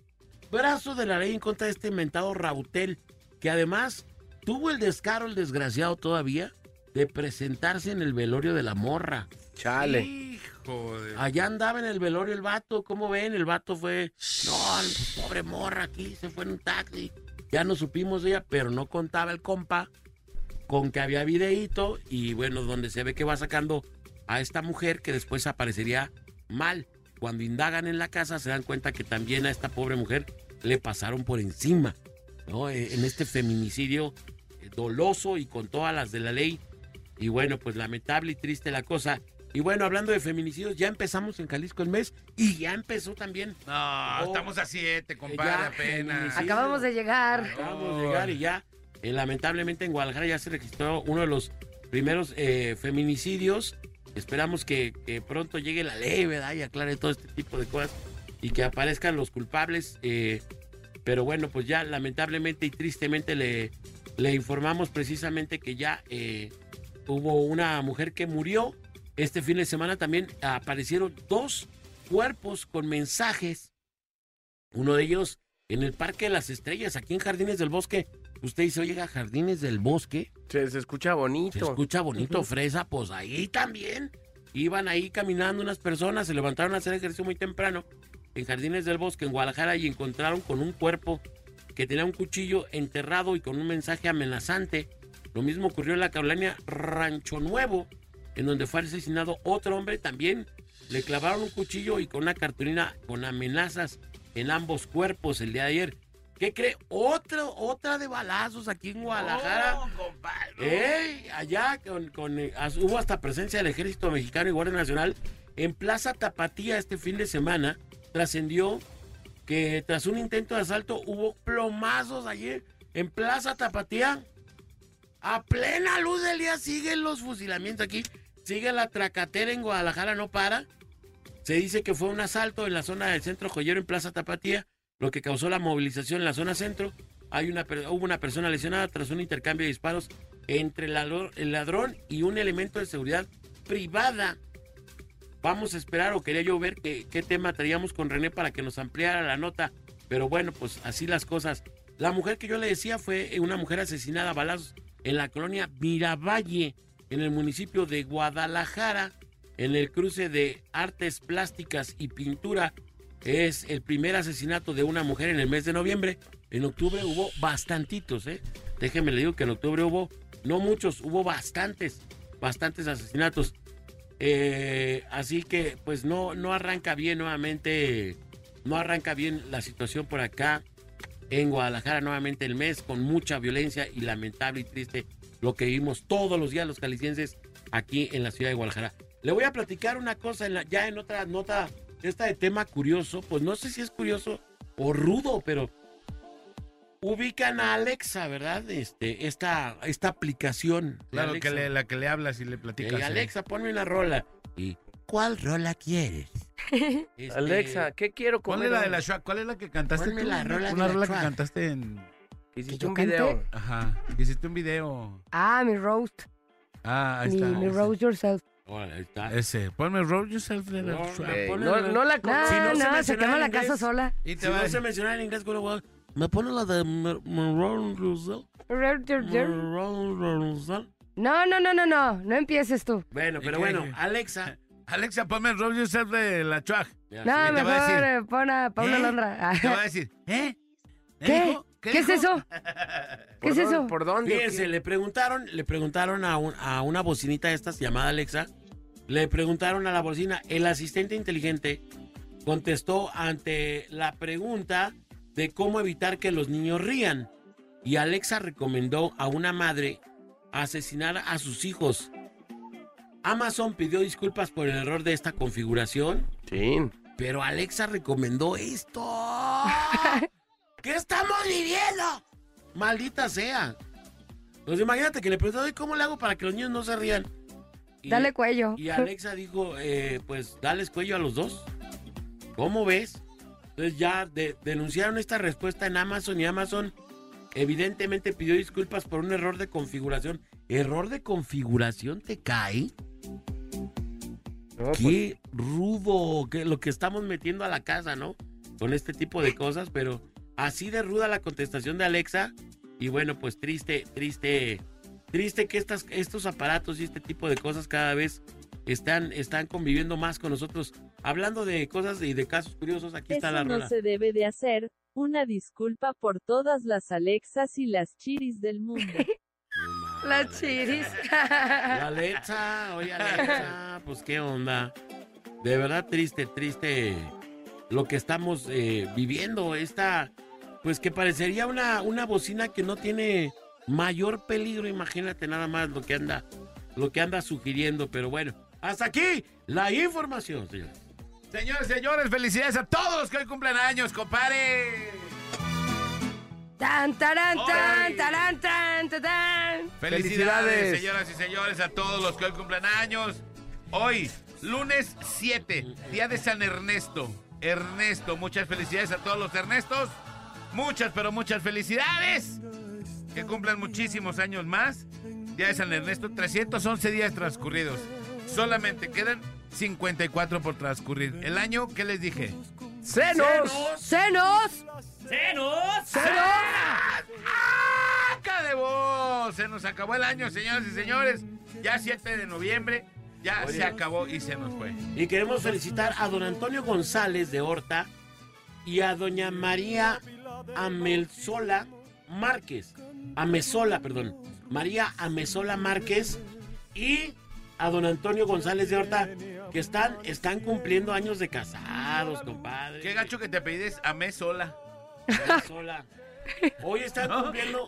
Speaker 2: brazo de la ley en contra de este inventado Rautel, que además tuvo el descaro, el desgraciado todavía, de presentarse en el velorio de la morra.
Speaker 4: Chale.
Speaker 5: Hijo de...
Speaker 2: Allá andaba en el velorio el vato, ¿cómo ven? El vato fue, no, pues, pobre morra aquí, se fue en un taxi. Ya no supimos de ella, pero no contaba el compa con que había videíto y bueno, donde se ve que va sacando a esta mujer que después aparecería mal. Cuando indagan en la casa se dan cuenta que también a esta pobre mujer le pasaron por encima, ¿no? Eh, En este feminicidio eh, doloso y con todas las de la ley. Y bueno, pues lamentable y triste la cosa. Y bueno, hablando de feminicidios, ya empezamos en Jalisco el mes y ya empezó también.
Speaker 5: No,
Speaker 2: Oh.
Speaker 5: estamos a siete, compadre,
Speaker 2: Ya,
Speaker 5: apenas.
Speaker 2: feminicidio.
Speaker 3: Acabamos de llegar.
Speaker 2: Acabamos de llegar y ya, eh, lamentablemente en Guadalajara ya se registró uno de los primeros eh, feminicidios. Esperamos que, que pronto llegue la ley, ¿verdad? Y aclare todo este tipo de cosas y que aparezcan los culpables. eh, pero bueno, pues ya lamentablemente y tristemente le, le informamos precisamente que ya eh, hubo una mujer que murió. Este fin de semana también aparecieron dos cuerpos con mensajes. Uno de ellos en el Parque de las Estrellas, aquí en Jardines del Bosque. Usted dice, oye, Jardines del Bosque,
Speaker 4: Se, se escucha
Speaker 2: se
Speaker 4: bonito.
Speaker 2: escucha bonito, fresa, pues ahí también. Iban ahí caminando unas personas, se levantaron a hacer ejercicio muy temprano en Jardines del Bosque, en Guadalajara, y encontraron con un cuerpo que tenía un cuchillo enterrado y con un mensaje amenazante. Lo mismo ocurrió en la colonia Rancho Nuevo, en donde fue asesinado otro hombre también. Le clavaron un cuchillo y con una cartulina con amenazas en ambos cuerpos el día de ayer. ¿Qué cree? Otra, otra de balazos aquí en Guadalajara.
Speaker 4: ¿Eh?
Speaker 2: Ey, Allá con, con, eh, as- hubo hasta presencia del Ejército Mexicano y Guardia Nacional. En Plaza Tapatía este fin de semana trascendió que tras un intento de asalto hubo plomazos ayer en Plaza Tapatía. A plena luz del día siguen los fusilamientos aquí. Sigue la tracatera en Guadalajara, no para. Se dice que fue un asalto en la zona del centro joyero en Plaza Tapatía, lo que causó la movilización en la zona centro. Hay una, per- hubo una persona lesionada tras un intercambio de disparos entre el ladro- el ladrón y un elemento de seguridad privada. Vamos a esperar, o quería yo ver qué, qué tema traíamos con René para que nos ampliara la nota. Pero bueno, pues así las cosas. La mujer que yo le decía fue eh, una mujer asesinada a balazos en la colonia Miravalle, en el municipio de Guadalajara, en el cruce de artes plásticas y pintura. Es el primer asesinato de una mujer en el mes de noviembre. En octubre hubo bastantitos, ¿eh? Déjeme le digo que en octubre hubo, no muchos, hubo bastantes, bastantes asesinatos. Eh, así que pues no, no arranca bien nuevamente, no arranca bien la situación por acá en Guadalajara nuevamente el mes con mucha violencia y lamentable y triste lo que vivimos todos los días los calicienses aquí en la ciudad de Guadalajara. Le voy a platicar una cosa en la- ya en otra nota, esta de tema curioso, pues no sé si es curioso o rudo, pero ubican a Alexa, ¿verdad? Este, esta, esta aplicación. de
Speaker 5: Claro,
Speaker 2: Alexa.
Speaker 5: que le, la que le hablas y le
Speaker 2: Eh,
Speaker 5: platicas. ¿eh?
Speaker 2: Alexa, ponme una rola. ¿Y cuál rola *laughs* quieres? Este,
Speaker 4: Alexa, ¿qué quiero comer?
Speaker 5: ¿Cuál es la de
Speaker 4: hoy?
Speaker 5: la Shua? ¿Cuál es la que cantaste
Speaker 2: Ponme
Speaker 5: tú?
Speaker 2: la rola de
Speaker 5: Una
Speaker 2: la
Speaker 5: rola que
Speaker 2: Shua.
Speaker 5: cantaste en...
Speaker 4: Hiciste
Speaker 3: ¿Que yo
Speaker 4: un
Speaker 3: cante?
Speaker 4: video.
Speaker 5: Ajá. Hiciste un video.
Speaker 3: Ah, mi roast.
Speaker 5: Ah, ahí
Speaker 3: mi,
Speaker 5: está.
Speaker 3: mi
Speaker 5: ese.
Speaker 3: roast yourself.
Speaker 2: órale, ahí está.
Speaker 5: Ese. Ponme Roll Yourself de la
Speaker 2: No,
Speaker 5: Shua.
Speaker 2: me-
Speaker 4: Eh,
Speaker 2: Ponle
Speaker 4: no,
Speaker 2: la-
Speaker 4: no la
Speaker 3: No,
Speaker 4: conocí.
Speaker 2: si no se
Speaker 3: no, se
Speaker 2: menciona
Speaker 3: quema
Speaker 2: en
Speaker 3: la casa
Speaker 2: inglés.
Speaker 3: sola.
Speaker 5: Y te
Speaker 2: Si
Speaker 5: va
Speaker 2: no se menciona en inglés, güey, güey, ¿me pone la de Mer- Monroe Russell? Mm. Monroe Russell.
Speaker 3: No, no, no, no, no. No empieces tú.
Speaker 2: Bueno,
Speaker 5: ¿Y
Speaker 2: pero
Speaker 5: qué?
Speaker 2: bueno,
Speaker 5: *laughs*
Speaker 2: Alexa.
Speaker 5: Alexa, ponme Roll Yourself de la Chua.
Speaker 2: Ya,
Speaker 3: No,
Speaker 5: te va a
Speaker 3: mejor
Speaker 5: decir.
Speaker 3: eh, pon a Paula
Speaker 5: ¿Eh?
Speaker 3: Londra.
Speaker 5: Te va a decir, ¿eh? ¿Eh,
Speaker 3: *laughs* ¿Qué?
Speaker 5: hijo?
Speaker 3: ¿Qué, es
Speaker 5: dijo?
Speaker 3: eso? ¿Qué
Speaker 4: ¿Por
Speaker 3: es
Speaker 4: dónde-
Speaker 3: eso?
Speaker 4: ¿Por dónde?
Speaker 2: Fíjense, le preguntaron, le preguntaron a, un- a una bocinita de estas llamada Alexa, le preguntaron a la bocina, el asistente inteligente contestó ante la pregunta de cómo evitar que los niños rían. Y Alexa recomendó a una madre asesinar a sus hijos. Amazon pidió disculpas por el error de esta configuración,
Speaker 4: Sí.
Speaker 2: pero Alexa recomendó esto. ¿Qué estamos viviendo? Maldita sea. Entonces Pues imagínate que le preguntó, "Oye, ¿cómo le hago para que los niños no se rían? Y,
Speaker 3: Dale cuello.
Speaker 2: y Alexa dijo, eh, pues dales cuello a los dos. ¿Cómo ves? Entonces ya de- denunciaron esta respuesta en Amazon y Amazon evidentemente pidió disculpas por un error de configuración. ¿Error de configuración te cae?
Speaker 4: No, pues,
Speaker 2: Qué rudo que lo que estamos metiendo a la casa, ¿no? Con este tipo de cosas, pero así de ruda la contestación de Alexa. Y bueno, pues triste, triste, triste que estas, estos aparatos y este tipo de cosas cada vez están, están conviviendo más con nosotros. Hablando de cosas y de casos curiosos, aquí está la
Speaker 9: Eso
Speaker 2: rola.
Speaker 9: no se debe de hacer. Una disculpa por todas las Alexas y las Chiris del mundo.
Speaker 2: Muy mal.
Speaker 3: La chiris.
Speaker 2: La Alexa, oye Alexa, pues qué onda. De verdad triste, triste lo que estamos eh, viviendo. Esta, pues que parecería una, una bocina que no tiene mayor peligro, imagínate nada más lo que anda, lo que anda sugiriendo, pero bueno. Hasta aquí la información, señores.
Speaker 5: Señores, señores, felicidades a todos los que hoy cumplen años, compare.
Speaker 3: tan, taran,
Speaker 5: Ay.
Speaker 3: tan, taran, tan, tan, tan.
Speaker 5: Felicidades,
Speaker 4: Felicidades.
Speaker 5: señoras y señores, a todos los que hoy cumplen años. Hoy, lunes 7, día de San Ernesto. Ernesto, muchas felicidades a todos los Ernestos. Muchas, pero muchas felicidades. Que cumplan muchísimos años más. Día de San Ernesto, 311 días transcurridos. Solamente quedan 54 por transcurrir. El año, ¿qué les dije?
Speaker 4: ¡Senos!
Speaker 3: ¡Senos!
Speaker 6: ¡Cenos!
Speaker 5: ¡Saca de voz! Se nos acabó el año, señoras y señores. Ya 7 de noviembre, ya se acabó y se nos fue.
Speaker 2: Y queremos felicitar a don Antonio González de Horta y a doña María Amelzola Márquez. Amezola, perdón. María Amezola Márquez y a don Antonio González de Horta, que están, están cumpliendo años de
Speaker 5: *laughs*
Speaker 2: casados, compadre.
Speaker 5: Qué gacho que te pides a mes sola.
Speaker 2: Amezola. Hoy están cumpliendo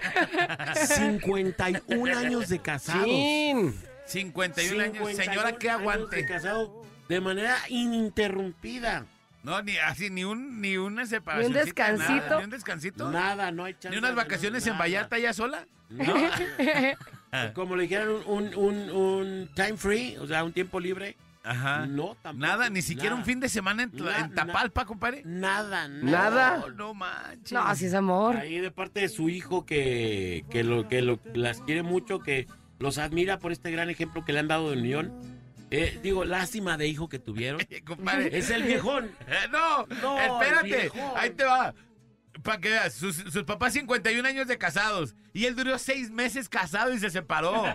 Speaker 2: 51 años de casados.
Speaker 4: ¡Chin!
Speaker 5: 51, años,
Speaker 2: 51
Speaker 5: señora, que
Speaker 2: años De
Speaker 5: aguante.
Speaker 2: casado de manera ininterrumpida.
Speaker 5: No, ni así, ni un, ni una separación.
Speaker 3: descansito.
Speaker 5: ni un descansito.
Speaker 2: Nada, no hay chance.
Speaker 5: Ni unas
Speaker 2: de-
Speaker 5: vacaciones en
Speaker 2: nada.
Speaker 5: Vallarta ya sola.
Speaker 2: *laughs*
Speaker 5: *laughs*
Speaker 2: No.
Speaker 5: Ah.
Speaker 2: Eh, Como le dijeron un, un- un time free, o sea, un tiempo libre.
Speaker 5: Ajá.
Speaker 2: No, tampoco.
Speaker 5: Nada, ni siquiera un
Speaker 2: Nada.
Speaker 5: fin de semana en,
Speaker 2: Na-
Speaker 5: en Tapalpa, compadre.
Speaker 2: Nada,
Speaker 4: Nada.
Speaker 5: No, no manches.
Speaker 3: No, así es amor.
Speaker 2: Ahí de parte de su hijo que, que, lo, que lo- las quiere mucho, que los admira por este gran ejemplo que le han dado de unión. Eh, digo, lástima de hijo que tuvieron.
Speaker 5: Oye, *laughs* compadre.
Speaker 2: Es el viejón.
Speaker 5: *laughs* Eh, no,
Speaker 2: No,
Speaker 5: espérate.
Speaker 2: viejo.
Speaker 5: Ahí te va. Para que veas, sus, sus papás 51 años de casados. Y él duró seis meses casado y
Speaker 2: *laughs*
Speaker 5: se separó.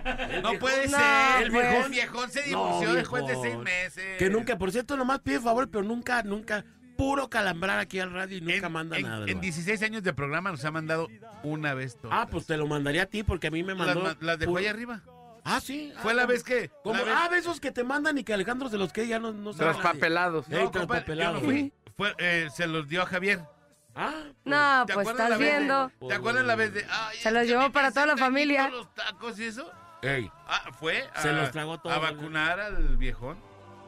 Speaker 5: No
Speaker 2: viejo-
Speaker 5: puede
Speaker 3: No,
Speaker 5: ser.
Speaker 2: el viejón-
Speaker 5: El viejón se
Speaker 2: No,
Speaker 5: divorció después de
Speaker 2: viejón.
Speaker 5: seis meses.
Speaker 2: Que nunca, por cierto, nomás pide favor, pero nunca, nunca, puro calambrar aquí al radio y nunca
Speaker 5: En-
Speaker 2: manda
Speaker 5: en-
Speaker 2: nada.
Speaker 5: En
Speaker 2: hermano.
Speaker 5: 16 años de programa nos ha mandado una vez todo.
Speaker 2: Ah, pues te lo mandaría a ti porque a mí me
Speaker 5: Las,
Speaker 2: mandó.
Speaker 5: ma- las dejó
Speaker 2: puro-
Speaker 5: allá arriba.
Speaker 2: Ah, sí.
Speaker 5: Fue
Speaker 2: Ah,
Speaker 5: la vez que.
Speaker 2: Como,
Speaker 5: la vez-
Speaker 2: ah, de esos que te mandan y que Alejandro se los que ya no, no sabe nadie.
Speaker 4: Traspapelados.
Speaker 5: No,
Speaker 2: Ey,
Speaker 5: compadre,
Speaker 2: traspapelado.
Speaker 5: yo no fui. Fue, eh, se los dio a Javier.
Speaker 2: Ah,
Speaker 3: No,
Speaker 5: ¿Te
Speaker 3: pues
Speaker 5: acuerdas
Speaker 3: estás
Speaker 5: la vez de-
Speaker 3: viendo.
Speaker 5: ¿Te acuerdas la vez de.? ay,
Speaker 3: Se
Speaker 5: es
Speaker 3: los
Speaker 5: que
Speaker 3: llevó
Speaker 5: me
Speaker 3: para toda la
Speaker 5: hacen dañito
Speaker 3: familia.
Speaker 5: Los tacos y eso.
Speaker 2: ey.
Speaker 5: Ah, fue.
Speaker 2: Se
Speaker 5: a-
Speaker 2: los tragó todos.
Speaker 5: A vacunar al viejón.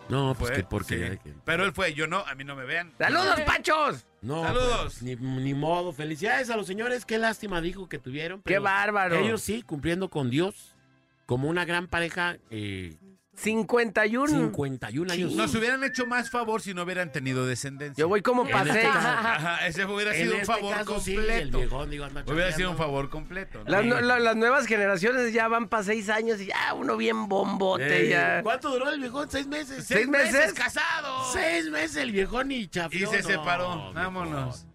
Speaker 2: No, pues
Speaker 5: Fue,
Speaker 2: que porque.
Speaker 5: sí. Pero él fue, yo no, a mí no me vean.
Speaker 4: ¡Saludos, Pachos!
Speaker 2: No,
Speaker 5: Eh. Saludos.
Speaker 2: pues, ni, ni modo. Felicidades a los señores. Qué lástima dijo que tuvieron.
Speaker 4: ¡Qué
Speaker 2: pero
Speaker 4: bárbaro!
Speaker 2: Ellos sí, cumpliendo con Dios, como una gran pareja, eh,
Speaker 4: 51.
Speaker 2: 51 años.
Speaker 5: Nos hubieran hecho más favor si no hubieran tenido descendencia.
Speaker 4: Yo voy como
Speaker 2: En
Speaker 4: pasé.
Speaker 2: este caso,
Speaker 5: Ajá, ese hubiera
Speaker 2: En
Speaker 5: sido un
Speaker 2: este
Speaker 5: favor
Speaker 2: caso, sí, el
Speaker 5: completo.
Speaker 2: viejón, digo, anda
Speaker 5: hubiera
Speaker 2: chambeando.
Speaker 5: sido un favor completo. ¿no?
Speaker 4: Las, nu- la- las nuevas generaciones ya van para seis años y ya uno bien bombote
Speaker 2: Eh,
Speaker 4: ya.
Speaker 2: ¿Cuánto duró el viejón? ¿Seis meses?
Speaker 4: ¿Seis meses?
Speaker 5: casado.
Speaker 2: Seis meses el viejón y chafió.
Speaker 5: Y se
Speaker 2: no,
Speaker 5: separó.
Speaker 2: viejón.
Speaker 5: Vámonos.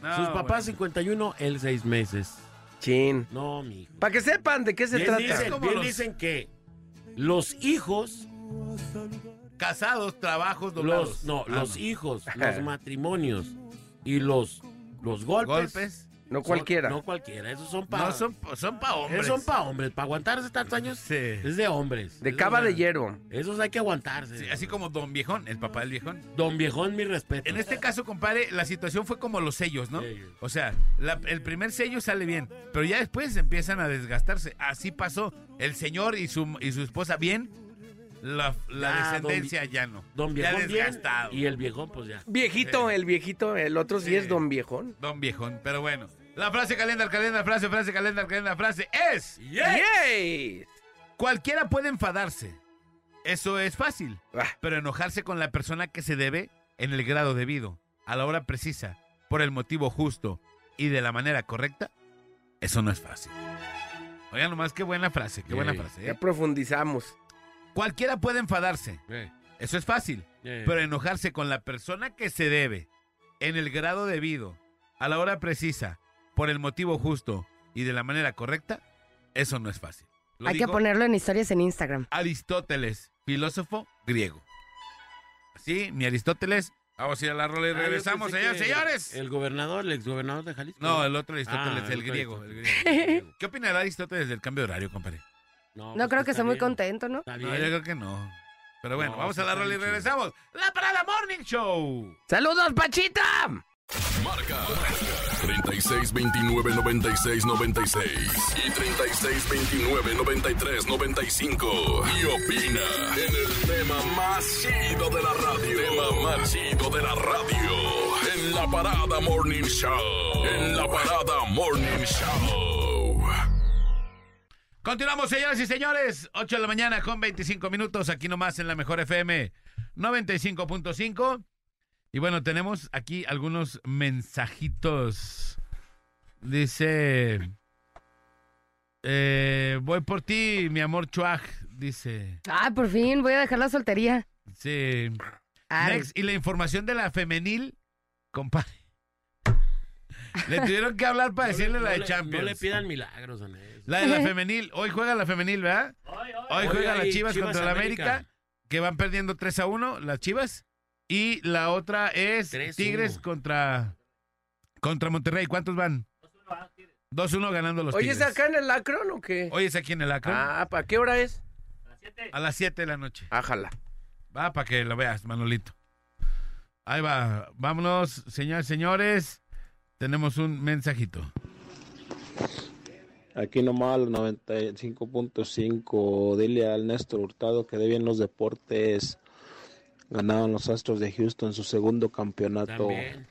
Speaker 5: No,
Speaker 2: Sus
Speaker 5: bueno.
Speaker 2: papás 51, él seis meses.
Speaker 4: Chin.
Speaker 2: No, mijo.
Speaker 4: Para que sepan de qué se
Speaker 2: Bien,
Speaker 4: trata.
Speaker 2: dicen,
Speaker 5: Como
Speaker 2: bien
Speaker 5: los-
Speaker 2: dicen que los hijos,
Speaker 5: Casados, trabajos, doblados.
Speaker 2: los, no,
Speaker 5: Ah,
Speaker 2: los hijos, los matrimonios y los, los golpes.
Speaker 5: Golpes.
Speaker 4: No
Speaker 2: son-
Speaker 4: cualquiera.
Speaker 2: no cualquiera, esos son para
Speaker 5: No, son, son pa' hombres.
Speaker 2: Esos son para hombres, para aguantarse tantos años
Speaker 5: Sí.
Speaker 2: es de hombres.
Speaker 4: De
Speaker 2: Esos
Speaker 4: cava
Speaker 2: no-
Speaker 4: de hierro.
Speaker 2: Esos hay que aguantarse.
Speaker 5: Sí, así como Don Viejón, el papá del Viejón.
Speaker 2: Don viejón, mi respeto.
Speaker 5: En este caso, compadre, la situación fue como los sellos, ¿no?
Speaker 2: Sí.
Speaker 5: O sea, la- el primer sello sale bien, pero ya después empiezan a desgastarse. Así pasó. El señor y su, y su esposa bien, la, la
Speaker 2: Ya, don
Speaker 5: descendencia ya no.
Speaker 2: Don
Speaker 5: ya
Speaker 2: viejón bien,
Speaker 5: desgastado.
Speaker 2: y el viejón pues ya.
Speaker 4: Viejito,
Speaker 5: Sí.
Speaker 4: el viejito, el otro sí,
Speaker 5: Sí.
Speaker 4: es don viejón.
Speaker 5: Don Viejón, pero bueno. La frase calendar, calendar, frase, frase, calendar, calendar, frase es...
Speaker 4: ¡Yay!
Speaker 5: Cualquiera puede enfadarse. Eso es fácil.
Speaker 4: Ah,
Speaker 5: Pero enojarse con la persona que se debe en el grado debido, a la hora precisa, por el motivo justo y de la manera correcta, eso no es fácil. Oigan nomás, qué buena frase, qué buena
Speaker 2: Sí.
Speaker 5: frase.
Speaker 4: ya
Speaker 5: ¿eh?
Speaker 4: profundizamos.
Speaker 5: Cualquiera puede enfadarse.
Speaker 2: Eh,
Speaker 5: Eso es fácil.
Speaker 2: eh.
Speaker 5: Pero enojarse con la persona que se debe, en el grado debido, a la hora precisa, por el motivo justo y de la manera correcta, eso no es fácil. Lo
Speaker 3: Hay que
Speaker 5: dijo
Speaker 3: ponerlo en historias en Instagram.
Speaker 5: Aristóteles, filósofo griego. Sí, mi Aristóteles. Vamos a ir a la rola y
Speaker 2: Ah, yo
Speaker 5: regresamos,
Speaker 2: pensé
Speaker 5: señores,
Speaker 2: que
Speaker 5: señores.
Speaker 2: El gobernador, el exgobernador de Jalisco.
Speaker 5: No, el otro Aristóteles,
Speaker 2: Ah,
Speaker 5: el,
Speaker 2: el otro
Speaker 5: griego, el
Speaker 2: Aristóteles. *laughs*
Speaker 5: griego. ¿Qué opinará Aristóteles del cambio de horario, compadre? pues
Speaker 3: No creo que esté
Speaker 2: sea
Speaker 3: muy contento, ¿no?
Speaker 2: Está
Speaker 5: No,
Speaker 2: pues bien.
Speaker 5: yo creo que no. Pero bueno,
Speaker 2: No,
Speaker 5: vamos
Speaker 2: sí
Speaker 5: a la
Speaker 2: está
Speaker 5: rola y
Speaker 2: bien chido.
Speaker 5: regresamos. La Parada Morning Show.
Speaker 4: ¡Saludos, Pachita!
Speaker 10: Marca 36 29 96 96 y 36 29 93 95. Y opina en el tema más chido de la radio. Tema más chido de la radio. En la parada Morning Show. En la parada Morning Show.
Speaker 5: Continuamos, señoras y señores. 8 de la mañana con 25 minutos. Aquí nomás en la mejor FM 95.5. Y bueno, tenemos aquí algunos mensajitos. Dice. eh, voy por ti, mi amor Chuag. Dice.
Speaker 3: Ah, por fin, voy a dejar la soltería.
Speaker 5: Sí.
Speaker 3: Arre.
Speaker 5: Next, y la información de la femenil, compadre. Le tuvieron que hablar para
Speaker 2: No le-
Speaker 5: decirle la
Speaker 2: no
Speaker 5: de
Speaker 2: le-
Speaker 5: Champions.
Speaker 2: No le pidan milagros a nadie.
Speaker 5: La
Speaker 4: *laughs*
Speaker 5: de la femenil. Hoy juega la femenil, ¿verdad? Hoy
Speaker 2: Hoy
Speaker 5: juega
Speaker 2: hay
Speaker 5: las Chivas,
Speaker 2: Chivas
Speaker 5: contra la América,
Speaker 2: América.
Speaker 5: que van perdiendo 3 a 1 las Chivas. Y la otra es
Speaker 2: 3-1.
Speaker 5: Tigres contra, contra Monterrey. ¿Cuántos van? 2-1 ganando los
Speaker 4: ¿Oye,
Speaker 5: Tigres.
Speaker 4: es acá en el Acron o qué?
Speaker 5: Hoy es aquí en el Acron,
Speaker 4: Ah, ¿para qué hora es?
Speaker 5: a las 7 de la noche.
Speaker 4: Ájala.
Speaker 5: Va, para que lo veas, Manolito. Ahí va. Vámonos, señores, señores. Tenemos un mensajito.
Speaker 11: *laughs* Aquí nomás los 95.5. Dile al Néstor Hurtado que debían los deportes. Ganaban los Astros de Houston su segundo campeonato.
Speaker 2: También.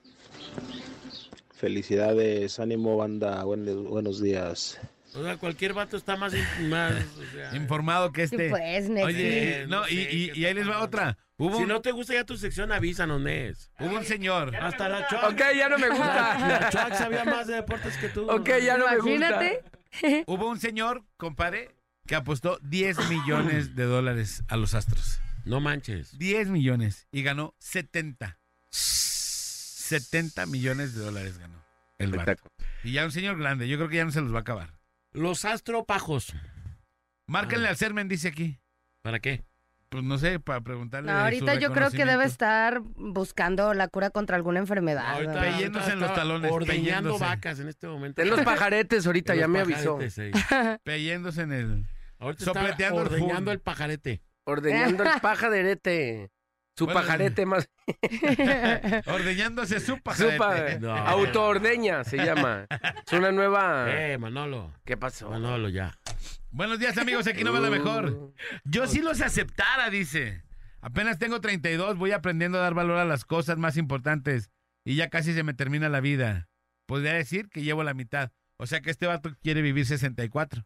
Speaker 11: Felicidades, ánimo banda. Buenos, buenos días.
Speaker 2: O sea, cualquier vato está más.
Speaker 5: *laughs*
Speaker 2: más o sea,
Speaker 5: Informado que
Speaker 3: Sí,
Speaker 5: este.
Speaker 3: Pues, Nexi.
Speaker 5: Oye, eh,
Speaker 2: Sí,
Speaker 5: no,
Speaker 2: no
Speaker 5: y,
Speaker 2: sé
Speaker 5: y-
Speaker 2: qué
Speaker 5: y ahí
Speaker 2: está
Speaker 5: les va
Speaker 2: pasando.
Speaker 5: otra. Hubo
Speaker 2: si
Speaker 5: un,
Speaker 2: no te gusta ya tu sección, avísanos, Nes.
Speaker 5: hubo un señor.
Speaker 2: Hasta la Chuac.
Speaker 4: Ok, ya no me
Speaker 2: La,
Speaker 4: gusta.
Speaker 2: la Chuac sabía más de deportes que tú.
Speaker 4: Ok, ya no me gusta.
Speaker 3: Imagínate.
Speaker 5: *laughs* Hubo un señor, compadre, que apostó 10 millones de dólares a los Astros.
Speaker 2: No manches.
Speaker 5: 10 millones y ganó 70. 70 millones de dólares ganó el vato. Y ya un señor grande, yo creo que ya no se los va a acabar.
Speaker 2: Los astropajos. Ah.
Speaker 5: Márquenle al Sermen, dice aquí.
Speaker 2: ¿Para qué?
Speaker 5: Pues no sé, para preguntarle.
Speaker 3: No,
Speaker 5: de su
Speaker 3: ahorita yo creo que debe estar
Speaker 5: reconocimiento.
Speaker 3: buscando la cura contra alguna enfermedad. ¿verdad?
Speaker 5: Pelléndose en los
Speaker 2: estaba
Speaker 5: talones,
Speaker 2: Ordeñando
Speaker 5: pelléndose.
Speaker 2: vacas en este momento.
Speaker 5: *laughs*
Speaker 4: Ten los pajaretes ahorita,
Speaker 2: En
Speaker 4: ya
Speaker 2: los
Speaker 4: me avisó.
Speaker 2: pajaretes, sí.
Speaker 4: *laughs*
Speaker 5: Pelléndose en el.
Speaker 2: Ahorita está
Speaker 5: Sopleteando el
Speaker 2: ordeñando
Speaker 5: fun.
Speaker 2: el pajarete.
Speaker 4: Ordeñando *laughs* el pajarete. Su
Speaker 5: Bueno,
Speaker 4: pajarete más.
Speaker 5: *laughs* Ordeñándose su
Speaker 4: Su
Speaker 5: pajarete.
Speaker 4: pa- *laughs*
Speaker 2: No.
Speaker 4: Autoordeña se llama. Es una nueva.
Speaker 2: Eh, Manolo.
Speaker 4: ¿Qué pasó?
Speaker 2: Manolo, ya.
Speaker 4: Uh.
Speaker 5: Buenos días, amigos. Aquí no va la mejor. Yo sí los aceptara, dice. Apenas tengo 32, voy aprendiendo a dar valor a las cosas más importantes y ya casi se me termina la vida. Podría decir que llevo la mitad. O sea que este vato quiere vivir 64.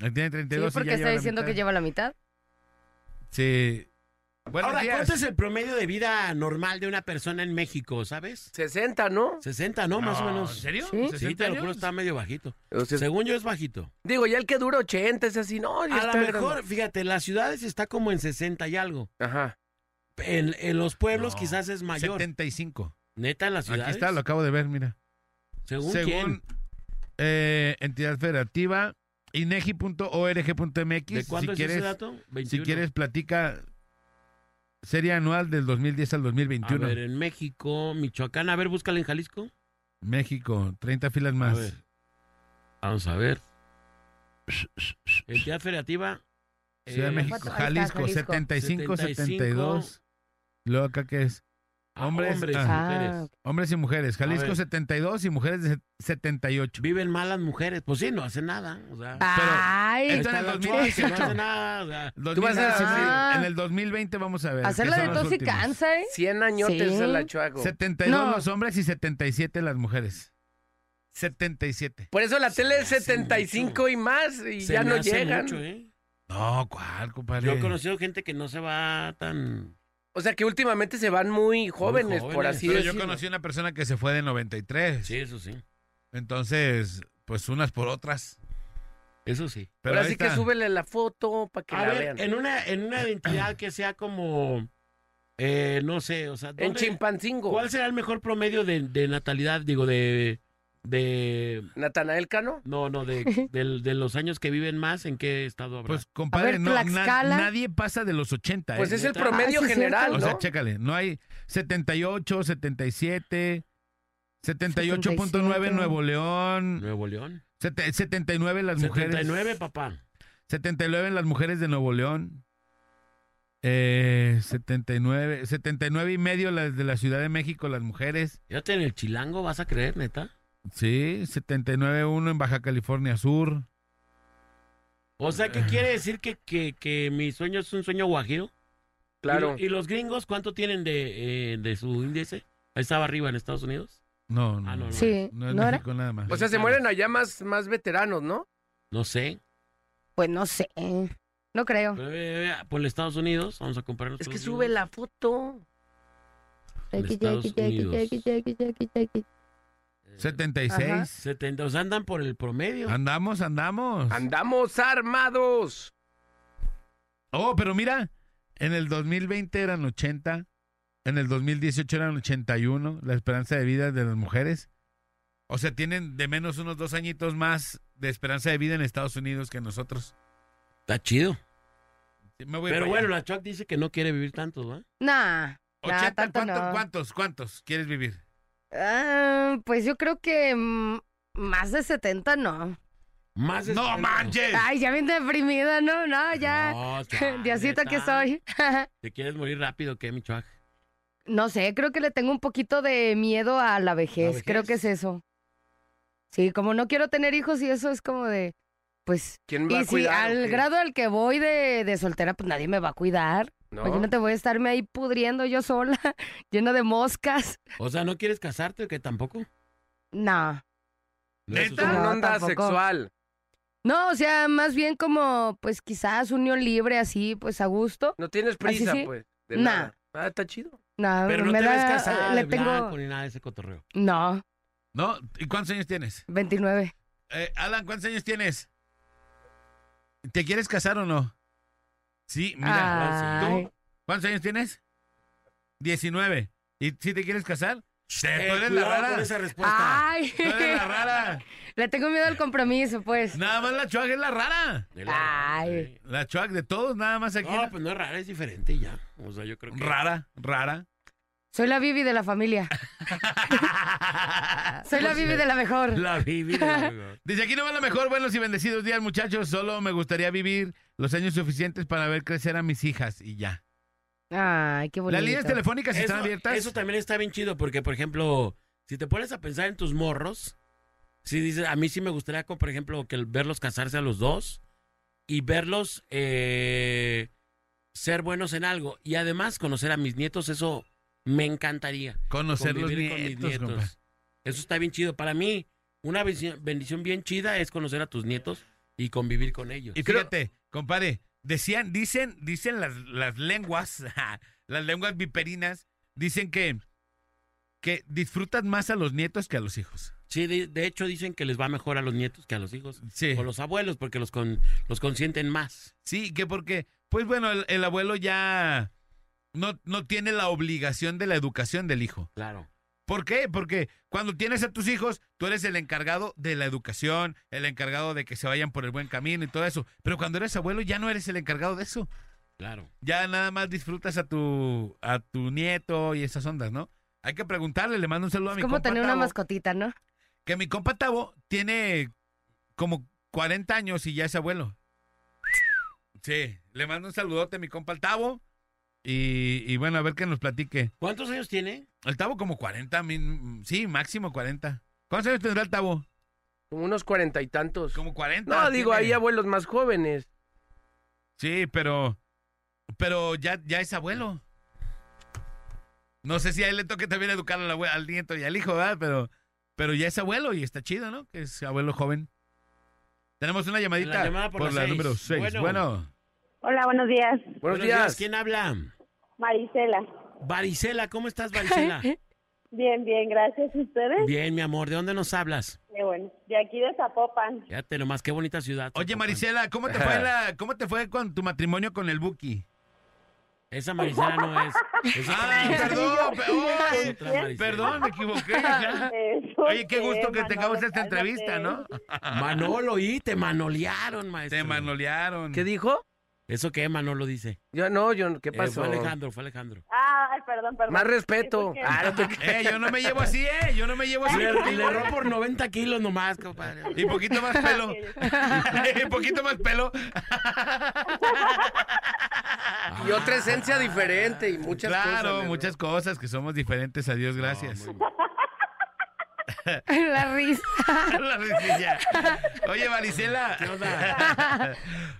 Speaker 5: Él tiene
Speaker 3: Sí,
Speaker 5: 32 y
Speaker 3: porque
Speaker 5: ya
Speaker 3: está
Speaker 5: lleva la
Speaker 3: diciendo
Speaker 5: mitad.
Speaker 3: que lleva la mitad.
Speaker 5: Sí. Buenos
Speaker 2: Ahora,
Speaker 5: días.
Speaker 2: ¿cuánto es el promedio de vida normal de una persona en México, sabes?
Speaker 4: 60, ¿no?
Speaker 2: 60, ¿no? Más o
Speaker 5: No,
Speaker 2: menos.
Speaker 5: ¿En serio?
Speaker 3: Sí.
Speaker 2: Sí,
Speaker 5: ¿60
Speaker 2: te lo juro,
Speaker 5: años?
Speaker 2: está medio bajito.
Speaker 4: O sea,
Speaker 2: Según yo es bajito.
Speaker 4: Digo, ya el que dura 80 es así, no, ya
Speaker 2: A
Speaker 4: está
Speaker 2: lo
Speaker 4: grande.
Speaker 2: mejor, fíjate, las ciudades está como en 60 y algo.
Speaker 4: Ajá.
Speaker 2: En, en los pueblos
Speaker 5: No,
Speaker 2: quizás es mayor.
Speaker 5: 75.
Speaker 2: Neta, en las ciudades.
Speaker 5: Aquí está, lo acabo de ver, mira.
Speaker 2: Según,
Speaker 5: Según
Speaker 2: quién?
Speaker 5: eh, entidad federativa, inegi.org.mx.
Speaker 2: ¿De cuándo
Speaker 5: si
Speaker 2: es
Speaker 5: quieres,
Speaker 2: ese dato? 21.
Speaker 5: Si quieres, platica serie anual del 2010 al
Speaker 2: A
Speaker 5: 2021.
Speaker 2: ver, eh. en México, Michoacán. A ver, búscala en Jalisco.
Speaker 5: México, 30 filas
Speaker 2: A
Speaker 5: más.
Speaker 2: ver. Vamos a ver. Entidad federativa.
Speaker 5: Ciudad de
Speaker 2: eh,
Speaker 5: México,
Speaker 3: Ahí está,
Speaker 5: Jalisco,
Speaker 3: Jalisco.
Speaker 5: 75, 72. Luego acá que es
Speaker 2: a
Speaker 5: Hombres,
Speaker 2: hombres,
Speaker 5: ah.
Speaker 2: mujeres.
Speaker 3: Ah,
Speaker 5: hombres y mujeres. Jalisco,
Speaker 2: ver.
Speaker 5: 72 y mujeres de 78.
Speaker 2: Viven malas mujeres. Pues sí, no hacen nada. O sea,
Speaker 3: Ay,
Speaker 5: Esto en
Speaker 2: está
Speaker 5: el
Speaker 2: la
Speaker 5: 2018.
Speaker 2: Chua, que no hace nada. o sea,
Speaker 4: Tú vas a
Speaker 5: 2019,
Speaker 3: decir-
Speaker 5: en el 2020 vamos a ver.
Speaker 3: hacerla
Speaker 5: que
Speaker 3: de
Speaker 5: son los
Speaker 3: tos y
Speaker 5: últimos.
Speaker 3: cansa, ¿eh?
Speaker 4: 100 añotes
Speaker 3: Sí.
Speaker 4: a la chuago.
Speaker 5: 72
Speaker 3: No.
Speaker 5: los hombres y 77 las mujeres. 77.
Speaker 4: Por eso la
Speaker 2: Se
Speaker 4: tele
Speaker 2: me
Speaker 4: es
Speaker 2: hace
Speaker 4: 75 y más y
Speaker 2: se
Speaker 4: ya
Speaker 2: me
Speaker 4: no
Speaker 2: hace
Speaker 4: llegan.
Speaker 2: mucho, ¿eh?
Speaker 5: No, ¿cuál, compadre?
Speaker 2: Yo he conocido gente que no se va tan.
Speaker 4: O sea que últimamente se van muy jóvenes, por
Speaker 2: jóvenes,
Speaker 4: así
Speaker 5: Pero
Speaker 4: decirlo.
Speaker 5: yo conocí una persona que se fue de 93.
Speaker 2: Sí, eso sí.
Speaker 5: Entonces, pues unas por otras.
Speaker 2: Eso sí.
Speaker 5: Pero
Speaker 4: Ahora
Speaker 5: ahí
Speaker 4: sí que
Speaker 5: está.
Speaker 4: súbele la foto para que
Speaker 2: A
Speaker 5: Ah,
Speaker 4: la
Speaker 2: ver,
Speaker 4: vean. En,
Speaker 2: en una, en
Speaker 5: *clears throat*
Speaker 2: una identidad que sea como. eh, no sé, o sea. ¿dónde-
Speaker 4: Chimpancingo.
Speaker 2: ¿Cuál será el mejor promedio de, de natalidad? Digo, de. de
Speaker 4: Natanael Cano.
Speaker 2: no, no, de,
Speaker 3: *laughs*
Speaker 2: del- de los años que viven más, ¿en qué estado habrá?
Speaker 5: Pues, compadre,
Speaker 3: A ver,
Speaker 5: no, na-
Speaker 3: Tlaxcala.
Speaker 5: nadie pasa de los 80. ¿eh?
Speaker 4: Pues es el
Speaker 2: neta.
Speaker 4: promedio
Speaker 3: Ah, sí, es
Speaker 4: general,
Speaker 5: O
Speaker 4: ¿no?
Speaker 3: cierto.
Speaker 5: sea, chécale, no hay 78, 77, 78.9 Nuevo León,
Speaker 2: Nuevo León.
Speaker 5: sete- 79 las mujeres.
Speaker 2: 79, papá.
Speaker 5: 79 las mujeres de Nuevo León. Eh, 79, 79 y medio las de la Ciudad de México, las mujeres.
Speaker 2: Fíjate, en el chilango vas a creer, neta.
Speaker 5: Sí, 79.1 en Baja California Sur.
Speaker 2: O sea, ¿qué quiere decir que, que, que mi sueño es un sueño guajiro?
Speaker 4: Claro.
Speaker 2: ¿Y, y los gringos cuánto tienen de, eh, de su índice? Ahí estaba arriba en Estados Unidos.
Speaker 5: No, no,
Speaker 2: Ah, no, no.
Speaker 3: Sí,
Speaker 5: no es
Speaker 3: ¿no era?
Speaker 5: México nada más.
Speaker 4: O sea, se
Speaker 2: Claro.
Speaker 4: mueren allá más, más veteranos, ¿no?
Speaker 2: No sé.
Speaker 3: Pues no sé. No creo.
Speaker 2: Pero, eh, por los Estados Unidos, vamos a compararnos.
Speaker 4: Es
Speaker 2: con
Speaker 4: que
Speaker 2: los
Speaker 4: sube
Speaker 2: gringos.
Speaker 4: la foto.
Speaker 2: En Estados Unidos.
Speaker 5: 76.
Speaker 3: Ajá.
Speaker 2: 70, o sea, andan por el promedio.
Speaker 5: Andamos, andamos.
Speaker 4: Andamos armados.
Speaker 5: Oh, pero mira, en el 2020 eran 80, en el 2018 eran 81, la esperanza de vida de las mujeres. O sea, tienen de menos unos dos añitos más de esperanza de vida en Estados Unidos que nosotros.
Speaker 2: Está chido.
Speaker 5: Sí, me voy
Speaker 2: Pero
Speaker 5: para
Speaker 2: bueno,
Speaker 5: allá.
Speaker 2: la Chuck dice que no quiere vivir tanto, ¿va?
Speaker 3: Nah. nah,
Speaker 5: 80,
Speaker 3: tanto
Speaker 5: ¿cuánto-
Speaker 3: no.
Speaker 5: ¿cuántos, cuántos quieres vivir?
Speaker 3: Ah, pues yo creo que mm, más de 70 no.
Speaker 2: Más
Speaker 5: ¡No
Speaker 2: esperanza.
Speaker 5: manches!
Speaker 3: Ay, ya bien deprimida, ¿no? No, ya. *laughs*
Speaker 2: No, chale,
Speaker 3: Diosito que
Speaker 2: está.
Speaker 3: soy. *laughs*
Speaker 2: ¿Te quieres morir rápido que mi Chuck?
Speaker 3: No sé, creo que le tengo un poquito de miedo a la vejez.
Speaker 2: vejez?
Speaker 3: Creo que es eso. Sí, como no quiero tener hijos y eso es como de, pues,
Speaker 4: ¿Quién me va
Speaker 3: y
Speaker 4: a
Speaker 3: si
Speaker 4: cuidar? o
Speaker 3: al
Speaker 4: qué?
Speaker 3: grado al que voy de, de soltera, pues nadie me va a cuidar.
Speaker 4: No.
Speaker 3: Imagínate, voy a estarme ahí pudriendo yo sola, *laughs* llena de moscas.
Speaker 2: O sea, ¿no quieres casarte o que tampoco?
Speaker 3: No.
Speaker 2: No es
Speaker 5: ¿Neta?
Speaker 2: su-
Speaker 4: Una
Speaker 3: No,
Speaker 4: onda
Speaker 3: tampoco.
Speaker 4: sexual.
Speaker 3: No, o sea, más bien como, pues quizás unión libre así, pues a gusto.
Speaker 4: No tienes prisa,
Speaker 3: sí.
Speaker 4: pues. De
Speaker 3: Nah.
Speaker 4: nada. Ah, está chido.
Speaker 3: No,
Speaker 2: Pero no
Speaker 3: me
Speaker 2: te
Speaker 3: da,
Speaker 2: ves casada
Speaker 3: le
Speaker 2: de
Speaker 3: tengo,
Speaker 2: blanco ni nada de ese cotorreo.
Speaker 3: no,
Speaker 5: ¿No? ¿Y cuántos años tienes?
Speaker 3: 29.
Speaker 5: Eh, Alan, ¿cuántos años tienes? ¿Te quieres casar o no? Sí, mira.
Speaker 3: Ay.
Speaker 5: ¿Tú? ¿Cuántos años tienes? 19. ¿Y si te quieres casar? Te- tú eres la
Speaker 2: cuidado con
Speaker 5: rara.
Speaker 2: esa respuesta.
Speaker 3: Ay,
Speaker 5: Tú eres la rara.
Speaker 3: *laughs* le tengo miedo al compromiso, pues.
Speaker 5: Nada más la chuac es la rara.
Speaker 2: De
Speaker 3: Ah,
Speaker 2: la-
Speaker 3: Ay.
Speaker 2: Sí.
Speaker 5: La chuac de todos, nada más aquí.
Speaker 2: No, pues no es rara, es diferente y ya. O sea, yo creo que...
Speaker 5: Rara, rara.
Speaker 3: Soy la Bibi de la familia. Soy
Speaker 5: Pues
Speaker 3: la Bibi de la mejor.
Speaker 2: La viví.
Speaker 5: *laughs*
Speaker 2: la-
Speaker 5: Desde aquí no va la mejor. Buenos y bendecidos días, muchachos. Solo me gustaría vivir los años suficientes para ver crecer a mis hijas y ya.
Speaker 3: Ay, qué bonito.
Speaker 5: Las líneas telefónicas están
Speaker 2: Eso,
Speaker 5: abiertas.
Speaker 2: eso también está bien chido porque, por ejemplo, si te pones a pensar en tus morros, si dices, a mí sí me gustaría, como, por ejemplo, que el- verlos casarse a los dos y verlos eh, ser buenos en algo y además conocer a mis nietos, eso me encantaría.
Speaker 5: Conocer los
Speaker 2: Convivir con mis
Speaker 5: nietos,
Speaker 2: nietos.
Speaker 5: compa.
Speaker 2: Eso está bien chido. Para mí, una bendición bendición bien chida es conocer a tus nietos y convivir con ellos.
Speaker 5: Y fíjate, compadre, decían, dicen, dicen las, las lenguas, *laughs* las lenguas viperinas, dicen que, que disfrutan más a los nietos que a los hijos.
Speaker 2: Sí, de, de hecho dicen que les va mejor a los nietos que a los hijos
Speaker 5: Sí.
Speaker 2: o los abuelos porque los con, los consienten más.
Speaker 5: Sí, que porque, pues bueno, el, el abuelo ya no, no tiene la obligación de la educación del hijo.
Speaker 2: Claro.
Speaker 5: ¿Por qué? Porque cuando tienes a tus hijos, tú eres el encargado de la educación, el encargado de que se vayan por el buen camino y todo eso. Pero cuando eres abuelo, ya no eres el encargado de eso.
Speaker 2: Claro.
Speaker 5: Ya nada más disfrutas a tu, a tu nieto y esas ondas, ¿no? Hay que preguntarle, le mando un saludo a
Speaker 3: Es
Speaker 5: mi
Speaker 3: como
Speaker 5: compa
Speaker 3: tener una
Speaker 5: Tavo,
Speaker 3: mascotita, ¿no?
Speaker 5: Que mi compa Tavo tiene como 40 años y ya es abuelo. Sí, le mando un saludote a mi compa el Tavo. Y, y bueno, a ver que nos platique.
Speaker 2: ¿Cuántos años tiene?
Speaker 5: El Tavo como 40, min- sí, máximo 40. ¿Cuántos años tendrá el Tavo?
Speaker 4: Como unos cuarenta y tantos.
Speaker 5: Como 40.
Speaker 4: No, digo,
Speaker 5: tiene.
Speaker 4: hay abuelos más jóvenes.
Speaker 5: Sí, pero. Pero ya, ya es abuelo. No sé si a él le toque también educar al, abue- al nieto y al hijo, ¿verdad? Pero, pero ya es abuelo y está chido, ¿no? Que es abuelo joven. Tenemos una llamadita
Speaker 2: La llamada por la
Speaker 5: la
Speaker 2: seis.
Speaker 5: número 6.
Speaker 2: Bueno.
Speaker 5: Bueno.
Speaker 12: Hola, buenos días.
Speaker 4: Buenos, días.
Speaker 2: ¿Quién habla?
Speaker 12: Marisela.
Speaker 2: Varicela, ¿cómo estás, Varicela?
Speaker 12: *laughs* Bien, bien, gracias a ustedes.
Speaker 2: Bien, mi amor, ¿de dónde nos hablas?
Speaker 12: Qué bueno. De aquí de Zapopan.
Speaker 2: Fíjate nomás, qué bonita ciudad.
Speaker 5: Oye,
Speaker 2: Zapopan.
Speaker 5: Marisela, ¿cómo te, fue la- ¿cómo te fue con tu matrimonio con el Buki?
Speaker 2: Esa Marisela no es. Esa
Speaker 5: Ah,
Speaker 2: otra-
Speaker 5: perdón, pe-
Speaker 2: esa
Speaker 5: ay,
Speaker 2: otra Marisela.
Speaker 5: perdón, me equivoqué. ya.
Speaker 12: Eso
Speaker 5: Oye, qué
Speaker 12: *laughs* es,
Speaker 5: gusto que
Speaker 12: Manolo,
Speaker 5: tengamos esta
Speaker 12: cálmate.
Speaker 5: entrevista, ¿no?
Speaker 2: *laughs* Manolo, y te manolearon, maestro.
Speaker 5: Te manolearon.
Speaker 4: ¿Qué dijo?
Speaker 2: ¿Eso qué, Manolo dice?
Speaker 4: Yo no, yo, ¿qué
Speaker 2: Eh,
Speaker 4: pasó?
Speaker 2: fue Alejandro, fue Alejandro.
Speaker 12: Ah, ay,
Speaker 2: *laughs*
Speaker 12: perdón, perdón.
Speaker 4: Más respeto.
Speaker 12: Eso
Speaker 4: Ah, no te-
Speaker 5: *laughs* Eh, yo no me llevo así, eh. Yo no me llevo
Speaker 12: *laughs*
Speaker 5: así.
Speaker 2: Le,
Speaker 5: contigo,
Speaker 2: le
Speaker 5: eh.
Speaker 2: erró por 90 kilos nomás, compadre.
Speaker 5: Y poquito más
Speaker 2: *laughs*
Speaker 5: pelo. *laughs* y poquito más pelo.
Speaker 4: Y otra esencia diferente y muchas cosas.
Speaker 5: claro,
Speaker 4: ¿no?
Speaker 5: muchas cosas que somos diferentes. A Dios gracias.
Speaker 2: No, muy bien.
Speaker 3: *laughs* La risa.
Speaker 5: *laughs* La risilla.
Speaker 3: *laughs*
Speaker 5: Oye, *laughs* Varicela.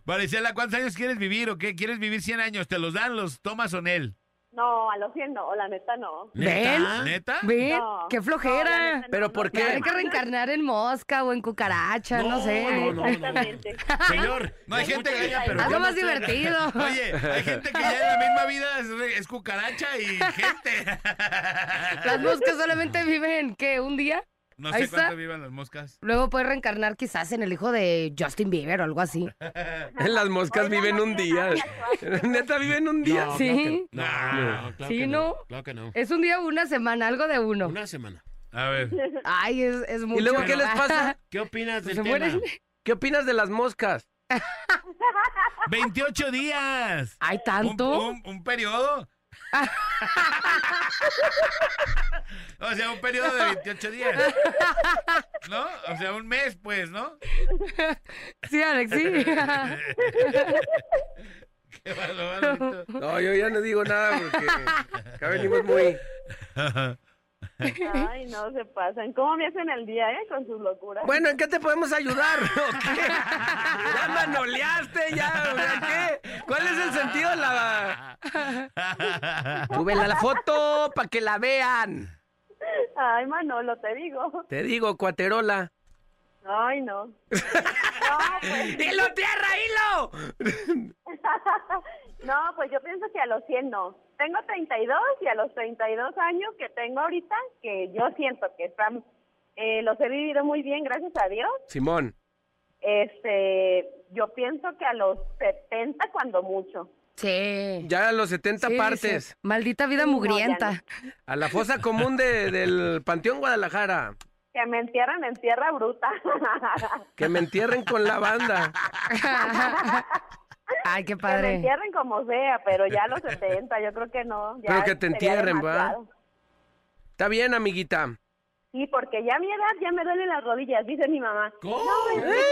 Speaker 5: Varicela, ¿cuántos años quieres vivir o qué? ¿Quieres vivir 100 años? ¿Te los dan los tomas o Nel?
Speaker 12: No, a los 100 no, la neta
Speaker 5: *laughs*
Speaker 12: no.
Speaker 2: ¿Neta?
Speaker 5: ¿Neta?
Speaker 3: Ven,
Speaker 12: No,
Speaker 3: qué
Speaker 12: no, la
Speaker 3: flojera.
Speaker 12: neta no,
Speaker 4: ¿Pero
Speaker 12: no
Speaker 4: por
Speaker 12: se
Speaker 4: qué?
Speaker 3: Hay que
Speaker 12: arma.
Speaker 3: reencarnar en mosca o en cucaracha, no, sé.
Speaker 2: No, no, no, no.
Speaker 12: Exactamente.
Speaker 2: Señor,
Speaker 5: No, hay
Speaker 2: con
Speaker 5: gente
Speaker 2: mucha
Speaker 5: que-
Speaker 2: leña, pero
Speaker 3: Algo
Speaker 2: yo
Speaker 3: más
Speaker 2: no estoy-
Speaker 3: divertido.
Speaker 5: *laughs* Oye, hay gente que ya en la misma vida es, re- es cucaracha y gente.
Speaker 3: Las moscas solamente viven, ¿qué? ¿Un día?
Speaker 5: No
Speaker 3: Ahí
Speaker 5: sé
Speaker 3: está.
Speaker 5: cuánto vivan las moscas.
Speaker 3: Luego puedes reencarnar quizás en el hijo de Justin Bieber o algo así.
Speaker 4: Las moscas
Speaker 12: Oigan,
Speaker 4: viven
Speaker 12: no
Speaker 4: un día. *laughs*
Speaker 12: quiero
Speaker 4: Neta, viven un día.
Speaker 2: No,
Speaker 3: Sí.
Speaker 2: No, no, claro
Speaker 3: Sí,
Speaker 2: que
Speaker 3: ¿no?
Speaker 2: Claro que no.
Speaker 3: Es un día, una semana, algo de uno.
Speaker 2: Una semana.
Speaker 5: A
Speaker 4: Pues.
Speaker 5: ver.
Speaker 3: Ay, es, es mucho.
Speaker 4: ¿Y luego qué
Speaker 3: ¿no?
Speaker 4: les
Speaker 3: *laughs*
Speaker 4: pasa?
Speaker 2: ¿Qué opinas del
Speaker 3: Pues se
Speaker 2: tema?
Speaker 3: mueren.
Speaker 4: ¿Qué opinas de las moscas?
Speaker 3: *laughs*
Speaker 5: 28 días.
Speaker 3: Ay,
Speaker 5: Un-
Speaker 3: tanto.
Speaker 5: Un, un periodo.
Speaker 2: Ah.
Speaker 5: *laughs* o sea, un periodo de 28 días. ¿No? O sea, un mes,
Speaker 2: *laughs*
Speaker 5: pues, ¿no?
Speaker 3: Sí, Alex, sí.
Speaker 5: Qué malo, maldito.
Speaker 4: No, yo ya no digo nada porque acá venimos muy...
Speaker 12: Ay, no se pasan. ¿Cómo me hacen el día, eh? Con sus locuras.
Speaker 4: Bueno, ¿en qué te podemos ayudar? *laughs* ¿O qué? Ya manoleaste, ya, o sea, ¿qué? ¿Cuál es el sentido de
Speaker 3: *laughs*
Speaker 4: la...? Súbela la foto para que la vean.
Speaker 12: Ay, Manolo, te digo.
Speaker 4: Te digo, cuaterola. *laughs*
Speaker 12: Ay, no. No, pues,
Speaker 4: ¡Hilo, tierra, hilo!
Speaker 12: *laughs* no, pues yo pienso que a los 100 no. Tengo 32 y a los 32 años que tengo ahorita, que yo siento que están, eh, los he vivido muy bien, gracias a Dios.
Speaker 4: Simón,
Speaker 12: Este, yo pienso que a los 70 cuando mucho.
Speaker 3: Sí.
Speaker 4: ya a los 70
Speaker 3: Sí,
Speaker 4: partes.
Speaker 3: sí. Maldita vida
Speaker 12: Sí, no, ya
Speaker 3: mugrienta.
Speaker 4: A la fosa común
Speaker 3: *laughs*
Speaker 4: de- del Panteón Guadalajara.
Speaker 12: Que me entierran en tierra bruta. *laughs*
Speaker 4: Que me entierren con la banda.
Speaker 3: Ay, qué
Speaker 12: que me
Speaker 3: padre.
Speaker 12: entierren como sea, pero ya a los 70, yo creo que no. ya
Speaker 4: Pero que te
Speaker 12: sería
Speaker 4: entierren, ¿va?
Speaker 12: demasiado.
Speaker 4: Está bien, amiguita.
Speaker 12: Sí, porque ya a mi edad ya me duelen las rodillas, dice mi mamá.
Speaker 2: ¿Cómo?
Speaker 12: No, es que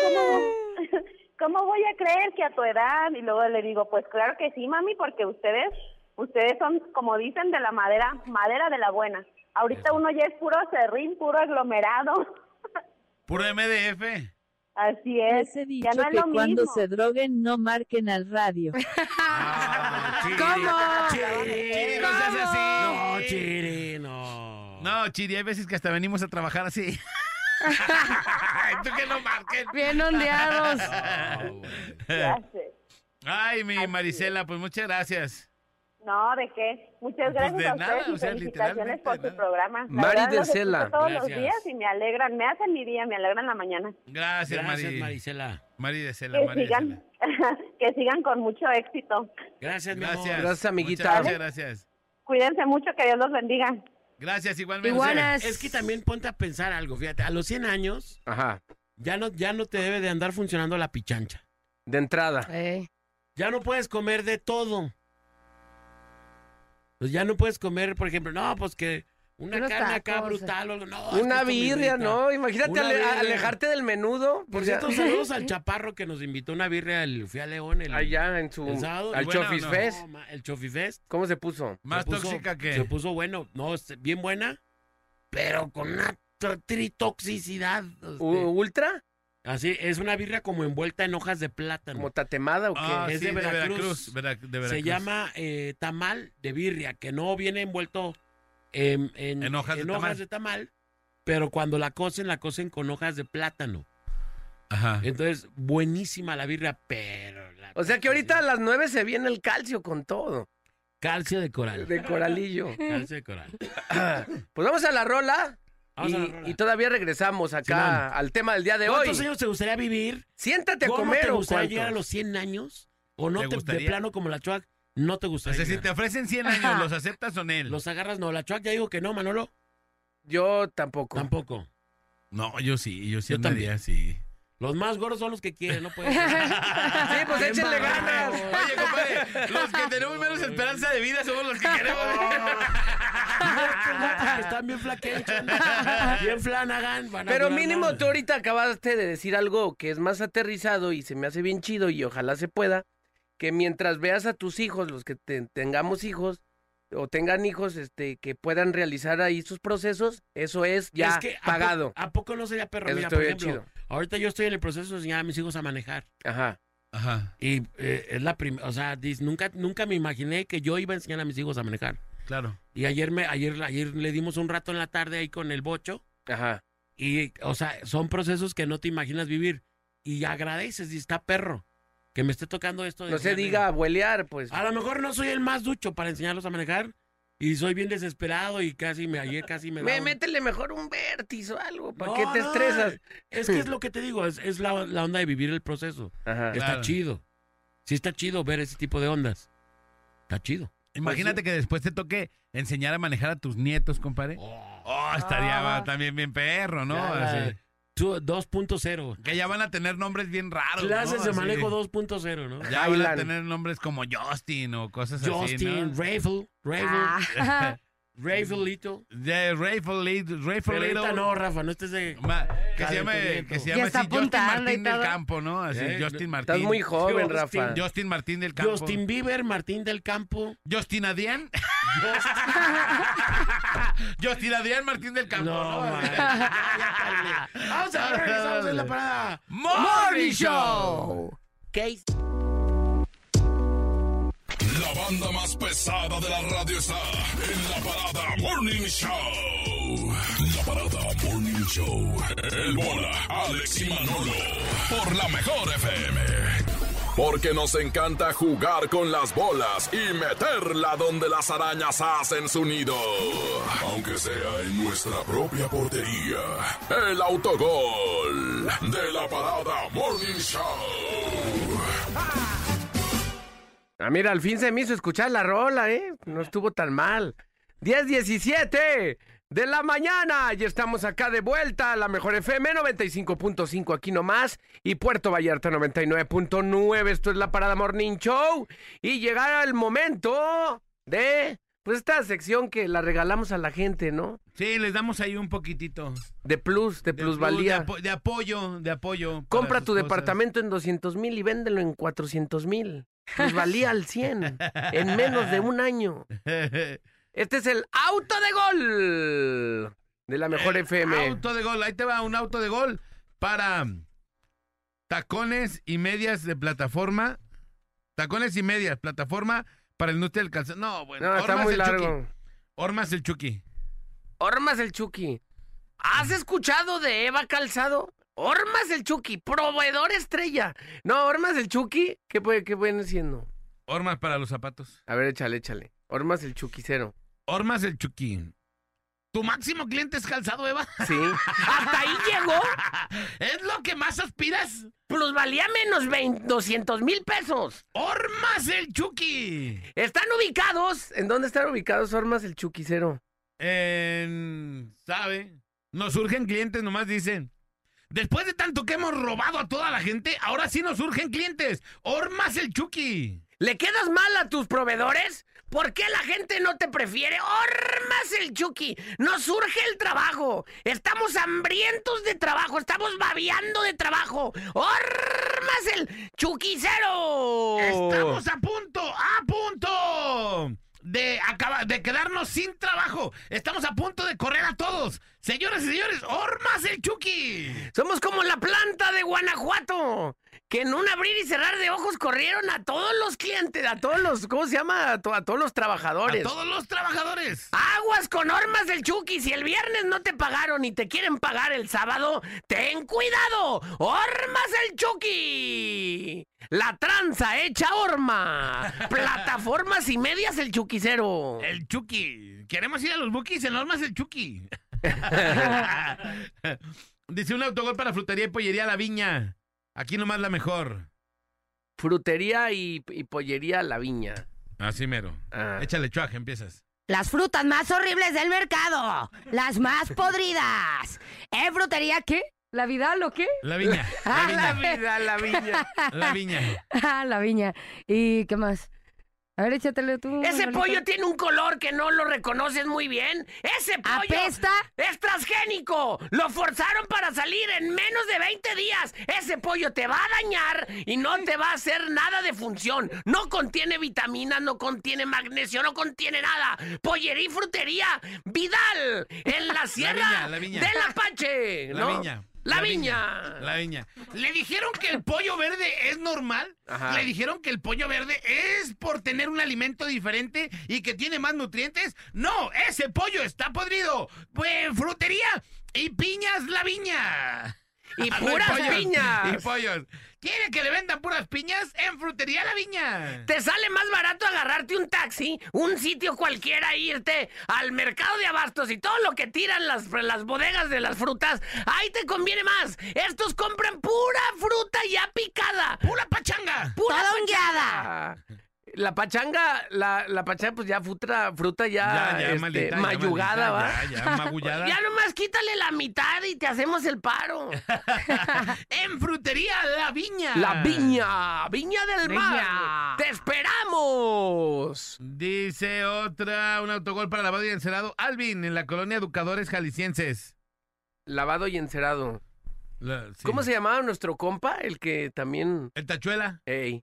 Speaker 12: ¿cómo, *laughs* cómo voy a creer que a tu edad? Y luego le digo, pues claro que sí, mami, porque ustedes, ustedes son, como dicen, de la madera, madera de la buena. Ahorita uno ya es puro serrín, puro aglomerado. *laughs*
Speaker 5: Puro MDF.
Speaker 12: Así es.
Speaker 9: Les he dicho
Speaker 12: ya no es
Speaker 9: que
Speaker 12: lo
Speaker 9: cuando
Speaker 12: mismo. *laughs*
Speaker 9: se droguen no marquen al radio.
Speaker 5: Ah, Chiri.
Speaker 3: ¿Cómo?
Speaker 5: Chiri, no seas
Speaker 3: ¿Cómo?
Speaker 5: así.
Speaker 2: No, Chiri, no.
Speaker 5: No, Chiri, hay veces que hasta venimos a trabajar así. Ay, tú que no marquen.
Speaker 3: Bien ondeados.
Speaker 2: No, güey.
Speaker 12: Ya sé.
Speaker 5: Ay, mi Marisela, pues muchas gracias.
Speaker 12: *laughs* No, ¿de qué? Muchas
Speaker 5: Pues
Speaker 12: gracias
Speaker 5: de
Speaker 12: a ustedes
Speaker 5: nada,
Speaker 12: y
Speaker 5: o sea,
Speaker 12: felicitaciones
Speaker 5: literalmente
Speaker 12: por
Speaker 5: de
Speaker 12: su
Speaker 5: nada.
Speaker 12: programa. La
Speaker 4: Mari
Speaker 12: verdad, los
Speaker 4: Delsela.
Speaker 12: escucho Todos los
Speaker 2: Gracias.
Speaker 12: días y me alegran, me hacen mi día, me alegran la mañana.
Speaker 5: Gracias,
Speaker 2: Gracias,
Speaker 5: Mari.
Speaker 2: Marisela.
Speaker 5: Mari de Cela,
Speaker 12: Que
Speaker 5: Mari de
Speaker 12: sigan,
Speaker 5: Cela.
Speaker 12: *laughs* que sigan con mucho éxito.
Speaker 2: Gracias, mi amor.
Speaker 5: Gracias.
Speaker 4: Gracias, amiguita.
Speaker 5: Muchas Gracias, gracias.
Speaker 12: Cuídense mucho, que Dios los bendiga.
Speaker 5: Gracias, igualmente.
Speaker 3: Iguanas.
Speaker 2: Es que también ponte a pensar algo, fíjate, a los 100 años
Speaker 4: Ajá.
Speaker 2: ya no, ya no te debe de andar funcionando la pichancha.
Speaker 4: De entrada.
Speaker 3: Eh,
Speaker 2: Ya no puedes comer de todo. Pues ya no puedes comer, por ejemplo, no, pues que una
Speaker 3: Unos
Speaker 2: carne acá
Speaker 3: tacos,
Speaker 2: brutal o algo. No, es que
Speaker 4: Una
Speaker 2: esto me
Speaker 4: birria,
Speaker 2: irrita.
Speaker 4: ¿no? Imagínate
Speaker 2: Una
Speaker 4: ale-
Speaker 2: birria.
Speaker 4: alejarte del menudo.
Speaker 2: Por
Speaker 4: o sea, *laughs*
Speaker 2: cierto, saludos al chaparro que nos invitó una birria, al- fui a León el,
Speaker 4: allá en su.
Speaker 2: el sábado.
Speaker 4: al
Speaker 2: y
Speaker 5: bueno,
Speaker 4: Chofis
Speaker 5: no.
Speaker 4: Fest.
Speaker 2: no, ma- el Chofifest.
Speaker 4: ¿Cómo se puso?
Speaker 5: Más
Speaker 2: Se puso-
Speaker 5: tóxica que.
Speaker 2: Se puso bueno, no, es bien buena, pero con una to- tritoxicidad. este.
Speaker 4: ¿U- ¿Ultra?
Speaker 2: Así, es una birria como envuelta en hojas de plátano.
Speaker 4: ¿Como tatemada o qué?
Speaker 5: Ah,
Speaker 2: Es
Speaker 5: sí,
Speaker 2: de
Speaker 5: de
Speaker 2: Veracruz.
Speaker 5: Veracruz. Vera- de
Speaker 2: Se
Speaker 5: Veracruz.
Speaker 2: llama eh, tamal de birria, que no viene envuelto em, en,
Speaker 5: En hojas de tamal.
Speaker 2: de tamal, pero cuando la cocen, la cocen con hojas de plátano.
Speaker 5: Ajá.
Speaker 2: Entonces, buenísima la birria, pero... la-
Speaker 4: O sea que ahorita a las nueve se viene el calcio con todo.
Speaker 2: Calcio de coral.
Speaker 4: De coralillo.
Speaker 5: *laughs*
Speaker 2: Calcio de coral.
Speaker 4: *coughs* Pues vamos a la rola.
Speaker 2: Vamos
Speaker 4: y,
Speaker 2: a la rola.
Speaker 4: y todavía regresamos acá al tema del día de hoy.
Speaker 2: ¿Cuántos años te gustaría vivir?
Speaker 4: Siéntate a
Speaker 2: ¿Cómo
Speaker 4: comer
Speaker 2: te
Speaker 4: o
Speaker 2: gustaría
Speaker 4: cuánto?
Speaker 2: llegar a los 100 años? ¿O no
Speaker 5: ¿Te
Speaker 2: te, de
Speaker 5: gustaría?
Speaker 2: plano como la Chuac? No te
Speaker 5: O
Speaker 2: gustaría.
Speaker 5: sea, si te
Speaker 2: llegar?
Speaker 5: ofrecen 100 años, ¿los aceptas o no?
Speaker 2: Los agarras, no. La Chuac ya dijo que no, Manolo.
Speaker 4: Yo tampoco.
Speaker 2: Tampoco.
Speaker 5: No, yo sí, yo Pues sí
Speaker 2: Yo
Speaker 5: andaría,
Speaker 2: también.
Speaker 5: sí.
Speaker 2: Los más gordos son los que quieren, no
Speaker 4: *laughs*
Speaker 2: pueden.
Speaker 4: Sí, pues échenle ganas.
Speaker 5: Oye, compadre, los que tenemos menos esperanza de vida
Speaker 2: *laughs*
Speaker 5: somos los que queremos.
Speaker 2: Están bien flaquenchos. ¿no? Bien flanagan. van a
Speaker 4: Pero
Speaker 2: durar
Speaker 4: mínimo
Speaker 2: más.
Speaker 4: tú ahorita acabaste de decir algo que es más aterrizado y se me hace bien chido y ojalá se pueda, que mientras veas a tus hijos, los que te- tengamos hijos o tengan hijos, este, que puedan realizar ahí sus procesos, eso es ya
Speaker 2: Es que, ¿a po-
Speaker 4: pagado.
Speaker 2: ¿A poco no sería perro?
Speaker 4: Eso
Speaker 2: Mira,
Speaker 4: estuvo
Speaker 2: por
Speaker 4: bien
Speaker 2: ejemplo, ahorita yo estoy en el proceso de enseñar a mis hijos a manejar.
Speaker 4: Ajá.
Speaker 5: Ajá,
Speaker 2: Y eh, es la primera, o sea, dis- nunca, nunca me imaginé que yo iba a enseñar a mis hijos a manejar.
Speaker 5: claro.
Speaker 2: Y ayer me, ayer, ayer le dimos un rato en la tarde ahí con el bocho.
Speaker 4: Ajá.
Speaker 2: Y, o sea, son procesos que no te imaginas vivir. Y agradeces, y está perro. Que me esté tocando esto. de
Speaker 4: No se
Speaker 2: enseñarle-
Speaker 4: diga abuelear, pues.
Speaker 2: A lo mejor no soy el más ducho para enseñarlos a manejar. Y soy bien desesperado y casi me, ayer casi me da
Speaker 4: Me,
Speaker 2: un-
Speaker 4: métele mejor un vértice o algo, ¿para
Speaker 2: No,
Speaker 4: qué te
Speaker 2: no, eh,
Speaker 4: estresas?
Speaker 2: Es que es lo que te digo, es, es la, la onda de vivir el proceso.
Speaker 4: Ajá.
Speaker 2: Está
Speaker 5: Claro.
Speaker 2: chido. Sí está chido ver ese tipo de ondas. Está chido.
Speaker 5: Imagínate que después te toque enseñar a manejar a tus nietos, compadre. Oh, estaría va, también bien perro, ¿no?
Speaker 2: Ah. Ya, la-
Speaker 5: Así.
Speaker 2: tú- 2.0.
Speaker 5: Que ya van a tener nombres bien raros. ¿no?
Speaker 2: Clases de
Speaker 5: Así.
Speaker 2: manejo 2.0, ¿no?
Speaker 5: Ya van a
Speaker 4: Highland.
Speaker 5: tener nombres como Justin o cosas así, ¿no?
Speaker 2: Justin, Ravel, *laughs*
Speaker 3: ah,
Speaker 2: Ravel, Ravelito.
Speaker 5: De Rayful Little. Rayful
Speaker 2: Pero ahorita
Speaker 5: Little.
Speaker 2: no, Rafa, no estés de...
Speaker 5: Ma- que se llama, que se
Speaker 2: Ya
Speaker 5: llama
Speaker 3: está
Speaker 5: así, Justin
Speaker 3: apuntando
Speaker 5: Martín
Speaker 3: y
Speaker 5: del
Speaker 3: todo.
Speaker 5: Campo, ¿no? Así,
Speaker 2: Eh,
Speaker 5: Justin Martín.
Speaker 4: Estás muy joven,
Speaker 2: Justin,
Speaker 4: Rafa.
Speaker 5: Justin Martín del Campo.
Speaker 2: Justin Bieber, Martín del Campo.
Speaker 5: Justin Adrián. *laughs* Justin Adrián Martín del Campo.
Speaker 2: No,
Speaker 5: ¿no?
Speaker 2: man. Ya, ya, Vamos a ver, regresamos en la parada.
Speaker 5: Morning Show.
Speaker 10: La banda más pesada de la radio está en la parada Morning Show. La parada Morning Show. El bola, Alex y Manolo. Por la mejor FM. Porque nos encanta jugar con las bolas y meterla donde las arañas hacen su nido. Aunque sea en nuestra propia portería. El autogol de la parada Morning Show.
Speaker 4: Ah, mira, al fin se me hizo escuchar la rola, ¿eh? No estuvo tan mal. 10.17 de la mañana y estamos acá de vuelta a la mejor FM 95.5 aquí nomás y Puerto Vallarta 99.9. Esto es la Parada Morning Show y llegar el momento de, pues, esta sección que la regalamos a la gente, ¿no?
Speaker 5: *laughs* Sí, les damos ahí un poquitito.
Speaker 4: De plus, de,
Speaker 5: De
Speaker 4: plusvalía.
Speaker 5: plus, De, apo- de apoyo, de apoyo. para
Speaker 4: Compra
Speaker 5: sus
Speaker 4: tu
Speaker 5: cosas.
Speaker 4: departamento en 200 mil y véndelo en 400 mil. Plusvalía al
Speaker 5: *laughs*
Speaker 4: 100 en menos de un año. Este es el auto de gol de la mejor FM.
Speaker 5: Auto de gol, ahí te va un auto de gol para tacones y medias de plataforma. Tacones y medias, plataforma
Speaker 13: para el nute del calzón. No, bueno.
Speaker 14: No, está
Speaker 13: Ormas
Speaker 14: muy
Speaker 13: el Chucky.
Speaker 14: largo.
Speaker 13: Ormas el Chucky.
Speaker 14: Ormas el Chucky. ¿Has escuchado de Eva Calzado? Ormas el Chucky, proveedor estrella. No, Ormas el Chucky, ¿qué, puede, qué viene siendo?
Speaker 13: Ormas para los zapatos.
Speaker 14: A ver, échale, échale. Ormas el Chuquicero.
Speaker 13: Ormas el Chucky. ¿Tu máximo cliente es calzado, Eva?
Speaker 14: Sí. ¿Hasta ahí llegó?
Speaker 13: ¿Es lo que más aspiras?
Speaker 14: Plus valía menos 20, 200 mil pesos.
Speaker 13: ¡Ormas el Chucky!
Speaker 14: Están ubicados. ¿En dónde están ubicados Ormas el Chuquicero?
Speaker 13: En- ¿Sabe? Nos surgen clientes, nomás dicen. Después de tanto que hemos robado a toda la gente, ahora sí nos surgen clientes. Ormas el Chucky.
Speaker 14: ¿Le quedas mal a tus proveedores? ¿Por qué la gente no te prefiere? ¡Ormas el Chucky! ¡No surge el trabajo! ¡Estamos hambrientos de trabajo! ¡Estamos babeando de trabajo! ¡Ormas el Chuquicero!
Speaker 13: Estamos a punto, a punto de acaba- de quedarnos sin trabajo. Estamos a punto de correr a todos. Señoras y señores, Ormas el Chucky.
Speaker 14: Somos como la planta de Guanajuato, que en un abrir y cerrar de ojos corrieron a todos los clientes, a todos los, ¿cómo se llama? A, to- a todos los
Speaker 13: A
Speaker 14: trabajadores.
Speaker 13: todos los trabajadores. Ah,
Speaker 14: Aguas con Ormas del Chucky. Si el viernes no te pagaron y te quieren pagar el sábado, ten cuidado. Ormas del Chucky. La tranza hecha Orma. Plataformas y medias el Chuquicero.
Speaker 13: El Chucky. Queremos ir a los bookies en Ormas el
Speaker 14: *laughs*
Speaker 13: Chucky. *laughs* Dice un autogol para frutería y pollería La Viña. *laughs* Aquí nomás la mejor.
Speaker 14: Frutería y, y pollería La Viña.
Speaker 13: Así mero.
Speaker 14: Ah.
Speaker 13: Échale chuaje, empiezas.
Speaker 3: Las frutas más horribles del mercado. Las más podridas. ¿Eh, frutería qué?
Speaker 8: ¿La Vidal o qué?
Speaker 13: La
Speaker 3: *laughs*
Speaker 13: Viña.
Speaker 8: Ah,
Speaker 13: La Viña.
Speaker 14: vida, La Viña.
Speaker 13: La Viña.
Speaker 8: Ah, la viña. ¿Y qué más? A ver, échatelo tú.
Speaker 14: Ese
Speaker 8: Manolito.
Speaker 14: pollo tiene un color que no lo reconoces muy bien. Ese pollo
Speaker 3: Apesta.
Speaker 14: es transgénico. Lo forzaron para salir en menos de 20 días. Ese pollo te va a dañar y no te va a hacer nada de función. No contiene vitaminas, no contiene magnesio, no contiene nada. Pollería y frutería Vidal en la sierra
Speaker 13: Viña, *laughs* La Viña.
Speaker 14: del Apache. Eh,
Speaker 13: La
Speaker 14: ¿no?
Speaker 13: Viña.
Speaker 14: La,
Speaker 13: La
Speaker 14: viña.
Speaker 13: La Viña. ¿Le dijeron que el pollo verde es normal?
Speaker 14: Ajá.
Speaker 13: ¿Le dijeron que el pollo verde es por tener un alimento diferente y que tiene más nutrientes? No, ese pollo está podrido. Pues frutería y piñas La Viña.
Speaker 14: Y
Speaker 13: Ah, *laughs* no,
Speaker 14: puras
Speaker 13: pollos.
Speaker 14: piñas.
Speaker 13: Y pollos. ¿Quiere que le vendan puras piñas en frutería La Viña?
Speaker 14: Te sale más barato agarrarte un taxi, un sitio cualquiera, e irte al mercado de abastos y todo lo que tiran las, las bodegas de las frutas. Ahí te conviene más. Estos compran pura fruta ya picada.
Speaker 13: ¡Pura pachanga!
Speaker 14: Pura
Speaker 3: Toda
Speaker 14: pachanga.
Speaker 3: hongueada.
Speaker 14: Ah, La pachanga, la, la pachanga, pues ya fruta, fruta este,
Speaker 13: Ya, ya, maldita, ya, maldita, Ya, ya, magullada.
Speaker 14: Ya nomás quítale la mitad y te hacemos el paro.
Speaker 13: *laughs* En frutería La Viña.
Speaker 14: La viña, viña del mar. ¡Te esperamos!
Speaker 13: Dice otra, un autogol para lavado y encerado. Alvin, en la colonia Educadores Jaliscienses.
Speaker 14: Lavado y encerado.
Speaker 13: La-
Speaker 4: *laughs*
Speaker 13: sí.
Speaker 14: ¿Cómo se llamaba nuestro compa? El que también.
Speaker 13: El Tachuela.
Speaker 14: Ey.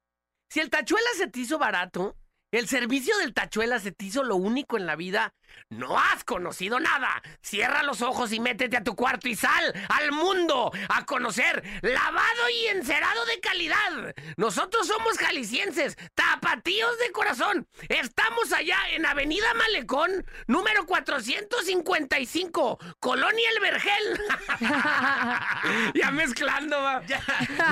Speaker 14: Si el tachuela se te hizo barato, el servicio del tachuela se te hizo lo único en la vida, no has conocido nada. Cierra los ojos y métete a tu cuarto y sal al mundo a conocer lavado y encerado de calidad. Nosotros somos jaliscienses, tapatíos de corazón. Estamos allá en Avenida Malecón, número 455, Colonia El
Speaker 13: *laughs*
Speaker 14: Vergel. *laughs* ya mezclando, va.
Speaker 13: Ya,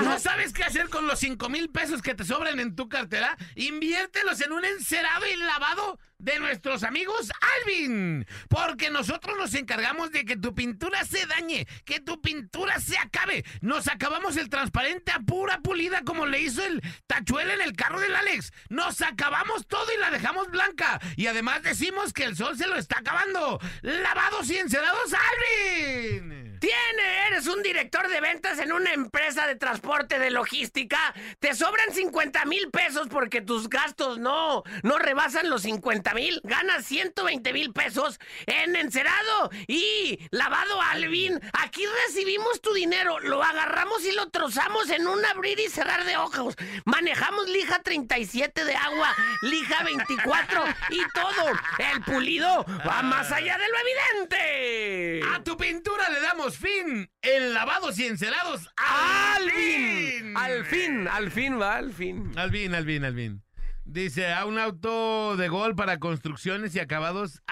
Speaker 13: ¿No sabes qué hacer con los 5 mil pesos que te sobran en tu cartera? Inviértelos en un encerado y lavado de nuestros amigos Alvin. Porque nosotros nos encargamos de que tu pintura se dañe, que tu pintura se acabe. Nos acabamos el transparente a pura pulida como le hizo el tachuela en el carro del Alex. Nos acabamos todo y la dejamos blanca. Y además decimos que el sol se lo está acabando. Lavados y encerados Alvin.
Speaker 14: Tiene, eres un director de ventas en una empresa de transporte de logística. Te sobran 50 mil pesos porque tus gastos no, no rebasan los 50 mil. Ganas 120 mil pesos en encerado y lavado Alvin. Aquí recibimos tu dinero, lo agarramos y lo trozamos en un abrir y cerrar de ojos. Manejamos lija 37 de agua, lija 24 y todo. El pulido va más allá de lo evidente.
Speaker 13: A tu pintura le damos fin en lavados y encelados.
Speaker 14: Alvin. Al fin, al fin va, al fin.
Speaker 13: Alvin, Alvin, Alvin.
Speaker 5: Dice, a un auto de gol para construcciones y acabados,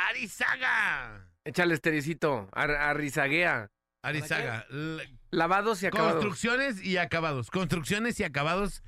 Speaker 5: Arizaga.
Speaker 4: Échale esterecito, ar- arrizaguea.
Speaker 5: Arizaga. L-
Speaker 4: Lavados y acabados.
Speaker 5: Construcciones y acabados. Construcciones y acabados,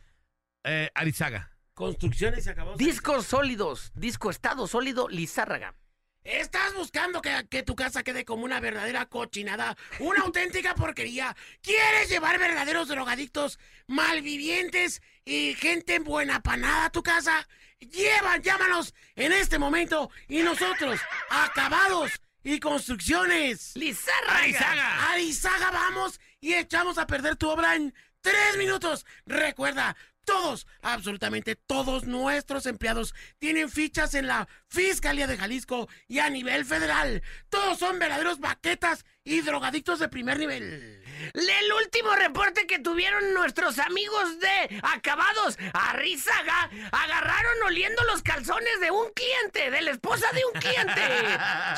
Speaker 5: eh, Arizaga.
Speaker 15: Construcciones y acabados.
Speaker 4: Discos sólidos, disco estado sólido, Lizárraga.
Speaker 13: Estás buscando que, que tu casa quede como una verdadera cochinada, una auténtica porquería. ¿Quieres llevar verdaderos drogadictos, malvivientes y gente buena panada a tu casa? Lleva, llámanos en este momento y nosotros, acabados y construcciones.
Speaker 4: Lizarra.
Speaker 13: Arizaga. Arizaga, vamos y echamos a perder tu obra en tres minutos. Recuerda, todos, absolutamente todos nuestros empleados tienen fichas en la Fiscalía de Jalisco y a nivel federal. Todos son verdaderos baquetas y drogadictos de primer nivel.
Speaker 14: El último reporte que tuvieron nuestros amigos de Acabados a Rizaga agarraron oliendo los calzones de un cliente, de la esposa de
Speaker 4: *laughs*
Speaker 14: un cliente.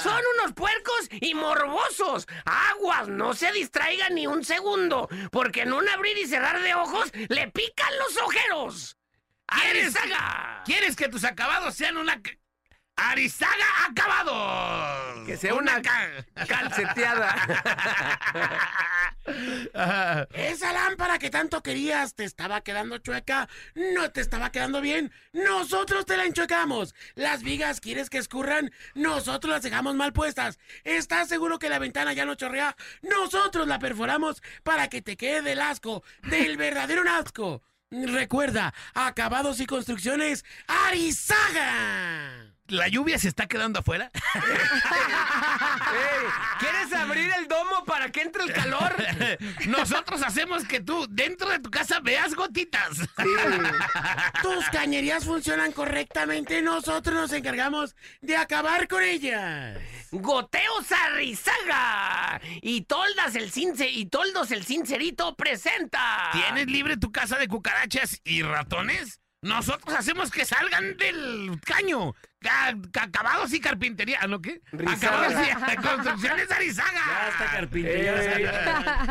Speaker 14: Son unos puercos y morbosos. Aguas, no se distraigan ni un segundo, porque en un abrir y cerrar de ojos le pican los ojeros. ¡Arizaga!
Speaker 5: ¿Quieres que tus acabados sean una... c- Arizaga acabados?
Speaker 4: Que sea una
Speaker 5: ca-
Speaker 4: calceteada.
Speaker 13: Esa lámpara que tanto querías te estaba quedando chueca, no te estaba quedando bien. Nosotros te la enchuecamos. Las vigas quieres que escurran, nosotros las dejamos mal puestas. ¿Estás seguro que la ventana ya no chorrea? Nosotros la perforamos para que te quede del asco,
Speaker 5: *laughs*
Speaker 13: del verdadero asco. Recuerda, acabados y construcciones, Arizaga.
Speaker 5: ¿La lluvia se está quedando
Speaker 13: *laughs*
Speaker 5: afuera?
Speaker 4: Ey, *laughs* ¿Quieres abrir el domo para que entre el calor?
Speaker 5: *laughs* Nosotros hacemos que tú dentro de tu casa veas gotitas. *laughs*
Speaker 13: Tus cañerías funcionan correctamente, nosotros nos encargamos de acabar con ellas.
Speaker 14: Goteos a Rizaga y Toldas el Cince y Toldos el Cincerito presenta.
Speaker 13: Ah.
Speaker 5: ¿Tienes libre tu casa de cucarachas y ratones? Nosotros hacemos que salgan del caño. Ca- ca- acabados y carpintería. ¿Ah, no qué?
Speaker 4: Rizaga.
Speaker 5: Acabados
Speaker 13: *laughs*
Speaker 5: y *laughs* construcciones
Speaker 15: Ya
Speaker 5: Arizaga.
Speaker 15: está carpintería.
Speaker 14: Eh.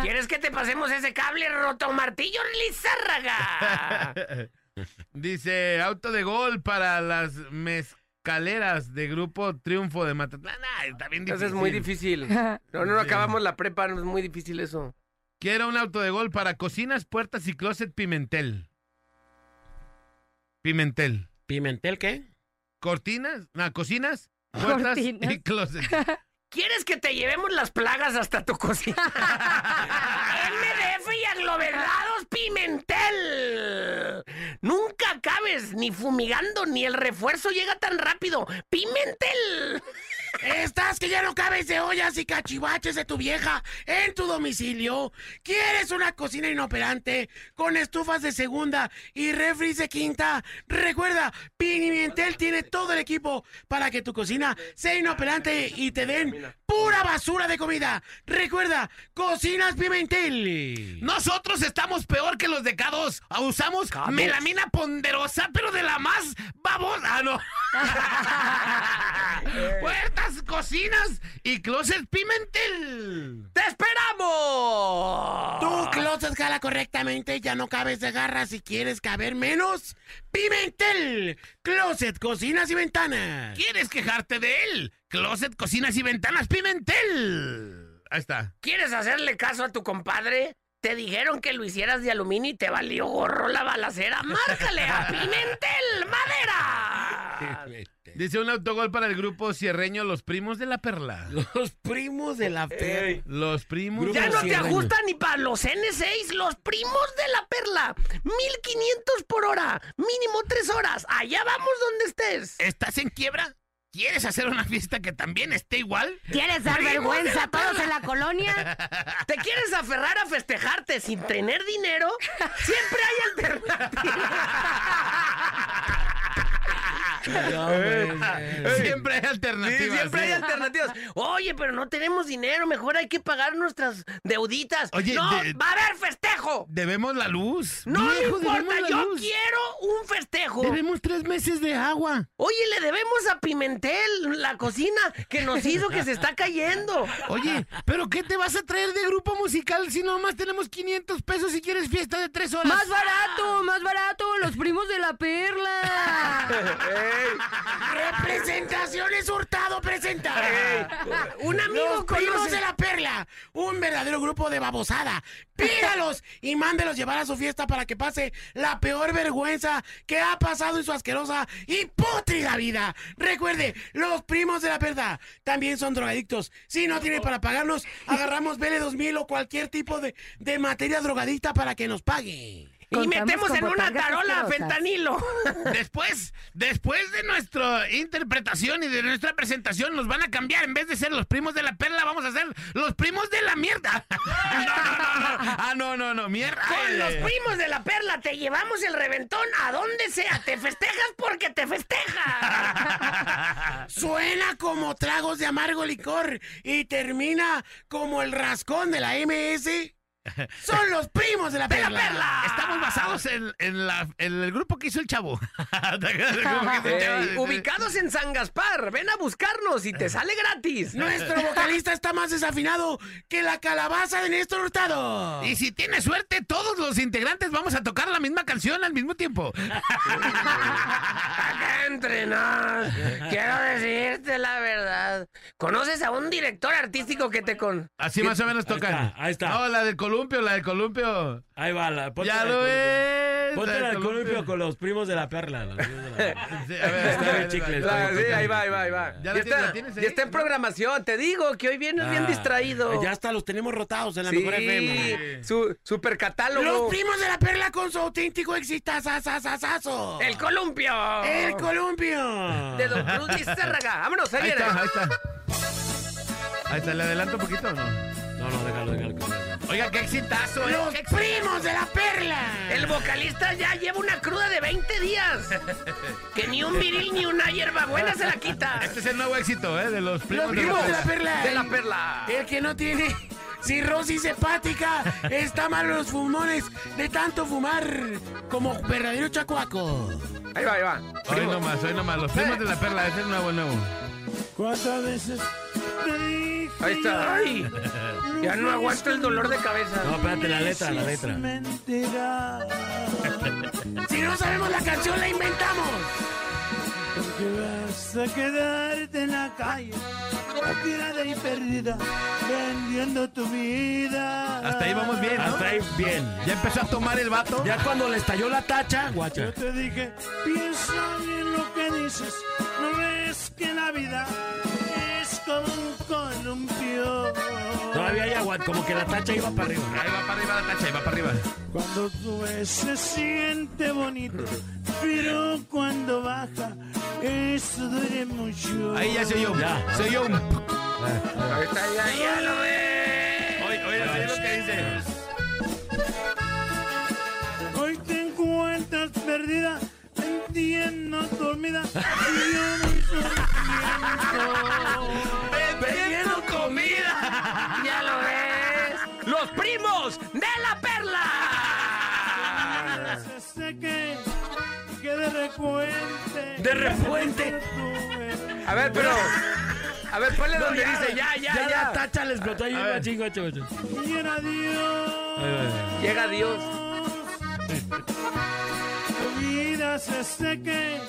Speaker 4: *laughs*
Speaker 14: ¿Quieres que te pasemos ese cable roto martillo Lizárraga?
Speaker 5: *laughs* Dice, auto de gol para las mezcaleras de grupo Triunfo de Mazatlán. Ah, está bien
Speaker 4: Eso
Speaker 5: difícil.
Speaker 4: es muy difícil. No, no,
Speaker 5: *laughs*
Speaker 4: no acabamos la prepa, no, es muy difícil eso.
Speaker 5: Quiero un auto de gol para cocinas, puertas y closet Pimentel. Pimentel.
Speaker 15: ¿Pimentel qué?
Speaker 5: Cortinas, no, cocinas, puertas
Speaker 3: Cortinas.
Speaker 5: y
Speaker 14: *laughs*
Speaker 5: closet.
Speaker 14: ¿Quieres que te llevemos las plagas hasta *laughs* tu cocina? MDF y aglomerados Pimentel. Nunca acabes ni fumigando ni el refuerzo llega tan rápido. Pimentel.
Speaker 13: Estás que ya no cabes de ollas y cachivaches de tu vieja en tu domicilio. ¿Quieres una cocina inoperante con estufas de segunda y refris de quinta? Recuerda, Pimentel tiene todo el equipo para que tu cocina sea inoperante y te den pura basura de comida. Recuerda, cocinas Pimentel.
Speaker 5: Nosotros estamos peor que los decados. Usamos melamina ponderosa, pero de la más babosa.
Speaker 13: *laughs*
Speaker 5: Ah, no. Puertas, cocinas y closet Pimentel.
Speaker 14: ¡Te esperamos!
Speaker 13: Tu closet jala correctamente, ya no cabes de garra si quieres caber menos. Pimentel, closet, cocinas y ventanas.
Speaker 5: ¿Quieres quejarte de él? Closet, cocinas y ventanas Pimentel. Ahí está.
Speaker 14: ¿Quieres hacerle caso a tu compadre? Te dijeron que lo hicieras de aluminio y te valió gorro la balacera. ¡Márcale
Speaker 15: *laughs*
Speaker 14: a Pimentel Madera!
Speaker 5: Dice un autogol para el grupo cierreño Los Primos de la Perla.
Speaker 15: Los primos de la perra.
Speaker 5: Los Primos
Speaker 14: Ya
Speaker 5: de
Speaker 14: no
Speaker 5: la
Speaker 14: te ajusta ni para los N6, los primos de la perla. 1500 por hora, mínimo 3 horas. Allá vamos donde estés.
Speaker 5: ¿Estás en quiebra? ¿Quieres hacer una fiesta que también esté igual?
Speaker 3: ¿Quieres dar vergüenza a todos en la *laughs* colonia?
Speaker 14: ¿Te quieres aferrar a festejarte sin tener dinero? Siempre
Speaker 5: *laughs*
Speaker 14: hay alternativas.
Speaker 5: *laughs* Ah, Siempre hay alternativas.
Speaker 14: Siempre hay
Speaker 5: ¿eh?
Speaker 14: alternativas. Oye, pero no tenemos dinero, mejor hay que pagar nuestras deuditas.
Speaker 5: Oye,
Speaker 14: no,
Speaker 5: de-
Speaker 14: va a haber festejo.
Speaker 5: Debemos la luz.
Speaker 14: No me
Speaker 5: Viejo,
Speaker 14: importa,
Speaker 5: debemos la
Speaker 14: yo
Speaker 5: luz.
Speaker 14: quiero un festejo.
Speaker 5: Debemos tres meses de agua.
Speaker 14: Oye, le debemos a Pimentel la cocina que nos hizo que se está cayendo.
Speaker 5: Oye, ¿pero qué te vas a traer de grupo musical si nomás tenemos 500 pesos si quieres fiesta de tres horas?
Speaker 3: Más barato, más barato, los primos de la perla.
Speaker 13: Representaciones Hurtado presenta. Un amigo
Speaker 14: Los
Speaker 13: con
Speaker 14: primos
Speaker 13: de la perla. Un verdadero grupo de babosada. Pídalos y mándelos llevar a su fiesta para que pase la peor vergüenza que ha pasado en su asquerosa y pútrida vida. Recuerde, los primos de la perla también son drogadictos. Si no tiene para pagarnos, agarramos Vele 2000 o cualquier tipo de, de materia drogadicta para que nos pague.
Speaker 14: Y metemos en una tarola fentanilo.
Speaker 5: Después, después de nuestra interpretación y de nuestra presentación, nos van a cambiar. En vez de ser los primos de la perla, vamos a ser los primos de la mierda. *laughs* No, no, no, no. Ah, no, no, no, mierda.
Speaker 14: Con
Speaker 5: Ay,
Speaker 14: los
Speaker 5: ay, ay.
Speaker 14: primos de la perla te llevamos el reventón a donde sea. Te festejas porque te festejas.
Speaker 13: Suena como tragos de amargo licor y termina como el rascón de la MS. Son los primos de la perla.
Speaker 5: Estamos basados en, en la- en el grupo que hizo el
Speaker 13: *laughs*
Speaker 5: chavo.
Speaker 14: Ey, ubicados en San Gaspar, ven a buscarnos y te sale gratis.
Speaker 13: Nuestro vocalista está más desafinado que la calabaza de Néstor Hurtado.
Speaker 5: Y si tienes suerte, todos los integrantes vamos a tocar la misma canción al mismo tiempo.
Speaker 14: Entre nos, quiero decirte la verdad. ¿Conoces a un director artístico que te con...
Speaker 5: Así más o menos tocan. Ahí está, No, la del columpio, la del columpio.
Speaker 2: Ahí va, la, ponte
Speaker 5: Ya
Speaker 2: la del
Speaker 5: lo
Speaker 2: columpio.
Speaker 5: ves. *laughs*
Speaker 2: Ponte
Speaker 5: la
Speaker 2: el
Speaker 5: del
Speaker 2: columpio con los primos de la perla. los primos
Speaker 5: *laughs*
Speaker 2: de la perla. Está bien chicle, está
Speaker 14: La-
Speaker 2: bien
Speaker 14: Ah, sí,
Speaker 2: chicle.
Speaker 14: ahí va, ahí va, ahí va.
Speaker 2: Ya la
Speaker 14: Ya,
Speaker 2: tienes-
Speaker 14: está,
Speaker 2: la ¿eh? tienes
Speaker 14: ya está en programación. Te digo que hoy vienes bien
Speaker 2: Ah,
Speaker 14: distraído.
Speaker 2: Ya hasta los tenemos rotados en la
Speaker 14: Sí,
Speaker 2: mejor FM.
Speaker 14: Su, super catálogo.
Speaker 13: *laughs* Los primos de la perla con su auténtico exitazazazazazo.
Speaker 14: El columpio.
Speaker 13: El columpio.
Speaker 14: De Don Cruz Lizárraga. Vámonos, ahí, viene.
Speaker 5: ahí está. Ahí está, ¿le adelanto un poquito o no?
Speaker 2: No, no, déjalo, déjalo.
Speaker 5: Oiga, qué exitazo, ¿eh?
Speaker 14: Los
Speaker 5: Qué exitazo.
Speaker 14: primos de la perla. El vocalista ya lleva una cruda de 20 *laughs* días. Que ni un viril ni una hierbabuena se la quita.
Speaker 5: Este es el nuevo éxito, ¿eh? De los primos,
Speaker 13: Los primos de la perla.
Speaker 14: De la perla.
Speaker 13: El que no tiene cirrosis hepática está mal en los pulmones de tanto fumar como verdadero chacuaco.
Speaker 14: Ahí va, ahí va.
Speaker 5: Hoy nomás, hoy nomás. Los primos de la perla. Este es el nuevo, el nuevo.
Speaker 13: ¿Cuántas veces?
Speaker 14: Ahí está. Ay, ya no aguanto el dolor de cabeza.
Speaker 8: *laughs*
Speaker 2: No, espérate, la letra, la letra.
Speaker 13: Si no sabemos la canción, la inventamos.
Speaker 8: vas a quedarte en la calle, tirada y perdida, vendiendo tu vida.
Speaker 5: Hasta ahí vamos bien, ¿no?
Speaker 2: Hasta ahí bien.
Speaker 5: Ya empezó a tomar el vato.
Speaker 2: Ya cuando le estalló la tacha, guacha.
Speaker 8: Yo te dije, piensa bien lo que dices, no ves que la vida es como un columpio.
Speaker 2: Todavía hay agua, como que la tacha iba para arriba.
Speaker 5: Ahí va para arriba la tacha, ahí va para arriba.
Speaker 8: Cuando sube se siente bonito, pero cuando baja, eso duele mucho.
Speaker 5: Ahí ya se oyó.
Speaker 2: Ya.
Speaker 5: Se oyó. un-
Speaker 14: *laughs* Ahí está, ya, ya lo ves.
Speaker 5: Oye, oye, oye lo que dice.
Speaker 8: Hoy te encuentras perdida, entiendo
Speaker 5: *laughs*
Speaker 8: dormida, y yo muy sonriendo.
Speaker 14: Vendiendo comida. Ya lo ves. Los primos de la
Speaker 8: Ah.
Speaker 14: perla.
Speaker 8: Sé que, que de repente.
Speaker 14: De repente.
Speaker 8: tuve.
Speaker 14: A ver, pero. A ver, ponle
Speaker 2: No,
Speaker 14: donde dice ya, ya, ya.
Speaker 2: la tacha le explotó ahí
Speaker 5: A
Speaker 2: un
Speaker 5: ver.
Speaker 2: machín, guacha, guacha.
Speaker 8: Y era Dios.
Speaker 14: Llega Dios.
Speaker 8: Tu vida se seque.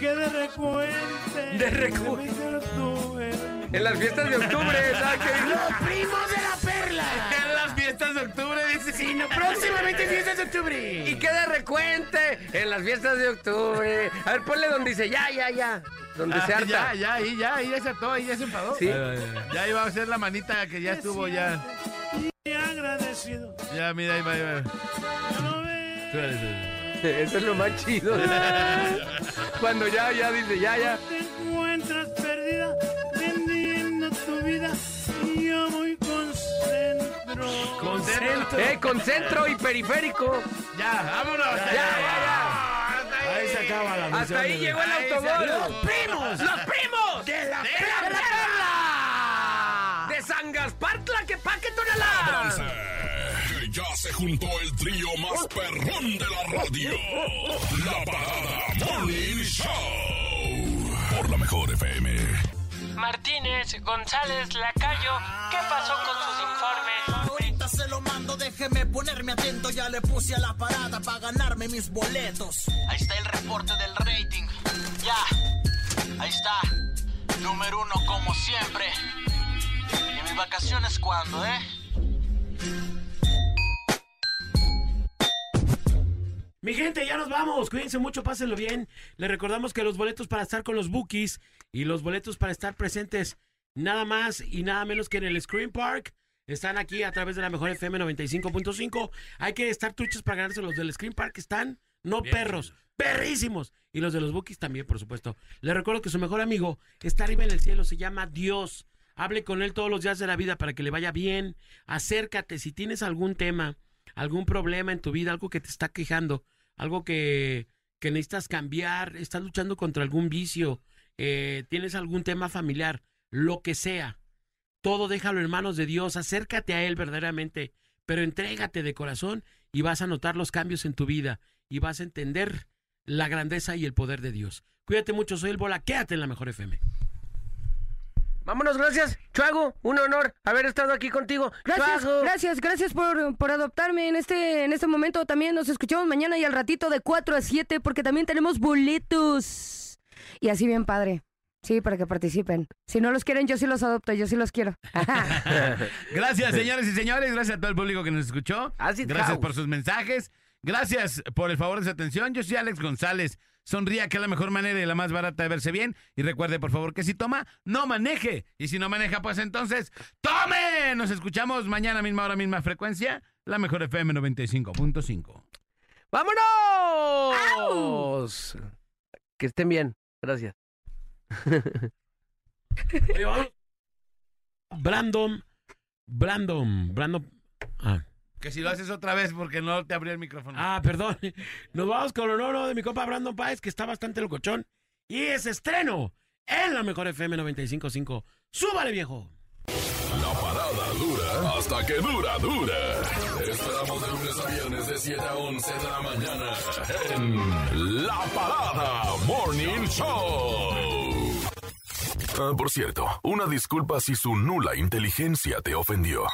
Speaker 8: Que de repente.
Speaker 14: De recu-
Speaker 8: repente tuve.
Speaker 14: En las fiestas de octubre, ¿sabes qué?
Speaker 13: Primos de la perla.
Speaker 5: En las fiestas de octubre dice.
Speaker 13: Y no, próximamente fiestas de octubre.
Speaker 14: Y queda recuente en las fiestas de octubre. A ver, ponle donde dice ya, ya, ya. Donde se
Speaker 5: Ah, ya,
Speaker 14: harta.
Speaker 5: ya, ahí ya, ahí ya se ató, ahí ya se enfadó.
Speaker 14: Sí.
Speaker 5: Ya iba a ser la manita que ya estuvo, ya.
Speaker 8: Y agradecido.
Speaker 5: Ya, mira, ahí va, ahí va.
Speaker 14: Eso es lo más chido.
Speaker 5: *laughs*
Speaker 14: Cuando ya, ya, dice ya, ya.
Speaker 8: Te encuentras perdida. Vendiendo tu vida. Y yo muy concentro.
Speaker 5: Concentro.
Speaker 14: Eh, con centro y periférico.
Speaker 5: Ya, vámonos.
Speaker 14: Ya, ya,
Speaker 2: Ahí se acaba la
Speaker 14: ya.
Speaker 2: misión.
Speaker 14: Hasta ahí llegó el
Speaker 5: Ahí se
Speaker 14: autobús.
Speaker 5: acabó.
Speaker 14: Los primos. Los primos. De la perla. De San Gaspar, Tlaquepaque,
Speaker 10: Abranse,
Speaker 14: Tonalá.
Speaker 10: que ya se juntó el trío más perrón de la radio. La parada Morning Show. Por la mejor FM.
Speaker 16: Martínez, González, Lacayo, ¿qué pasó con sus informes?
Speaker 1: Ahorita se lo mando, déjeme ponerme atento. Ya le puse a la parada para ganarme mis boletos.
Speaker 16: Ahí está el reporte del rating.
Speaker 1: Ahí está, número uno como siempre. ¿Y mis vacaciones cuándo, eh?
Speaker 2: Mi gente, ya nos vamos. Cuídense mucho, pásenlo bien. Les recordamos que los boletos para estar con los Bookies y los boletos para estar presentes nada más y nada menos que en el Screen Park están aquí a través de la mejor FM 95.5. Hay que estar truchos para ganarse los del Screen Park. Están no
Speaker 5: Bien.
Speaker 2: perros, perrísimos. Y los de los Bookies también, por supuesto. Les recuerdo que su mejor amigo está arriba en el cielo, se llama Dios. Hable con él todos los días de la vida para que le vaya bien. Acércate si tienes algún tema, algún problema en tu vida, algo que te está quejando, algo que, que necesitas cambiar, estás luchando contra algún vicio, eh, tienes algún tema familiar, lo que sea. Todo déjalo en manos de Dios, acércate a Él verdaderamente, pero entrégate de corazón y vas a notar los cambios en tu vida y vas a entender la grandeza y el poder de Dios. Cuídate mucho, soy el Bola, quédate en la mejor FM.
Speaker 4: Vámonos, gracias. Chuago, un honor haber estado aquí contigo.
Speaker 3: Gracias,
Speaker 4: Chuago.
Speaker 3: gracias, gracias por, por adoptarme en este, en este momento. También nos escuchamos mañana y al ratito de 4 a 7 porque también tenemos boletos. Y así bien padre. Sí, para que participen. Si no los quieren, yo sí los adopto, yo sí los quiero.
Speaker 5: *laughs*
Speaker 3: *laughs*
Speaker 5: Gracias, señores y señores. Gracias a todo el público que nos escuchó. Gracias
Speaker 4: chao.
Speaker 5: por sus mensajes. Gracias por el favor de su atención. Yo soy Alex González. Sonría, que es la mejor manera y la más barata de verse bien. Y recuerde, por favor, que si toma, no maneje. Y si no maneja, pues entonces, ¡tome! Nos escuchamos mañana, misma hora, misma frecuencia. La mejor FM 95.5.
Speaker 4: ¡Vámonos! Que estén bien. Gracias.
Speaker 2: Brandon, Brandon, Brandon. Ah.
Speaker 5: Que si lo haces otra vez porque no te abrió el micrófono.
Speaker 2: Ah, perdón. Nos vamos con el honor de mi compa Brandon Páez, que está bastante locochón. Y es estreno en la mejor FM 95.5. ¡Súbale, viejo!
Speaker 10: La parada dura hasta que dura, dura. Esperamos de lunes a viernes de 7 a 11 de la mañana en La Parada Morning Show. Ah, por cierto, una disculpa si su nula inteligencia te ofendió.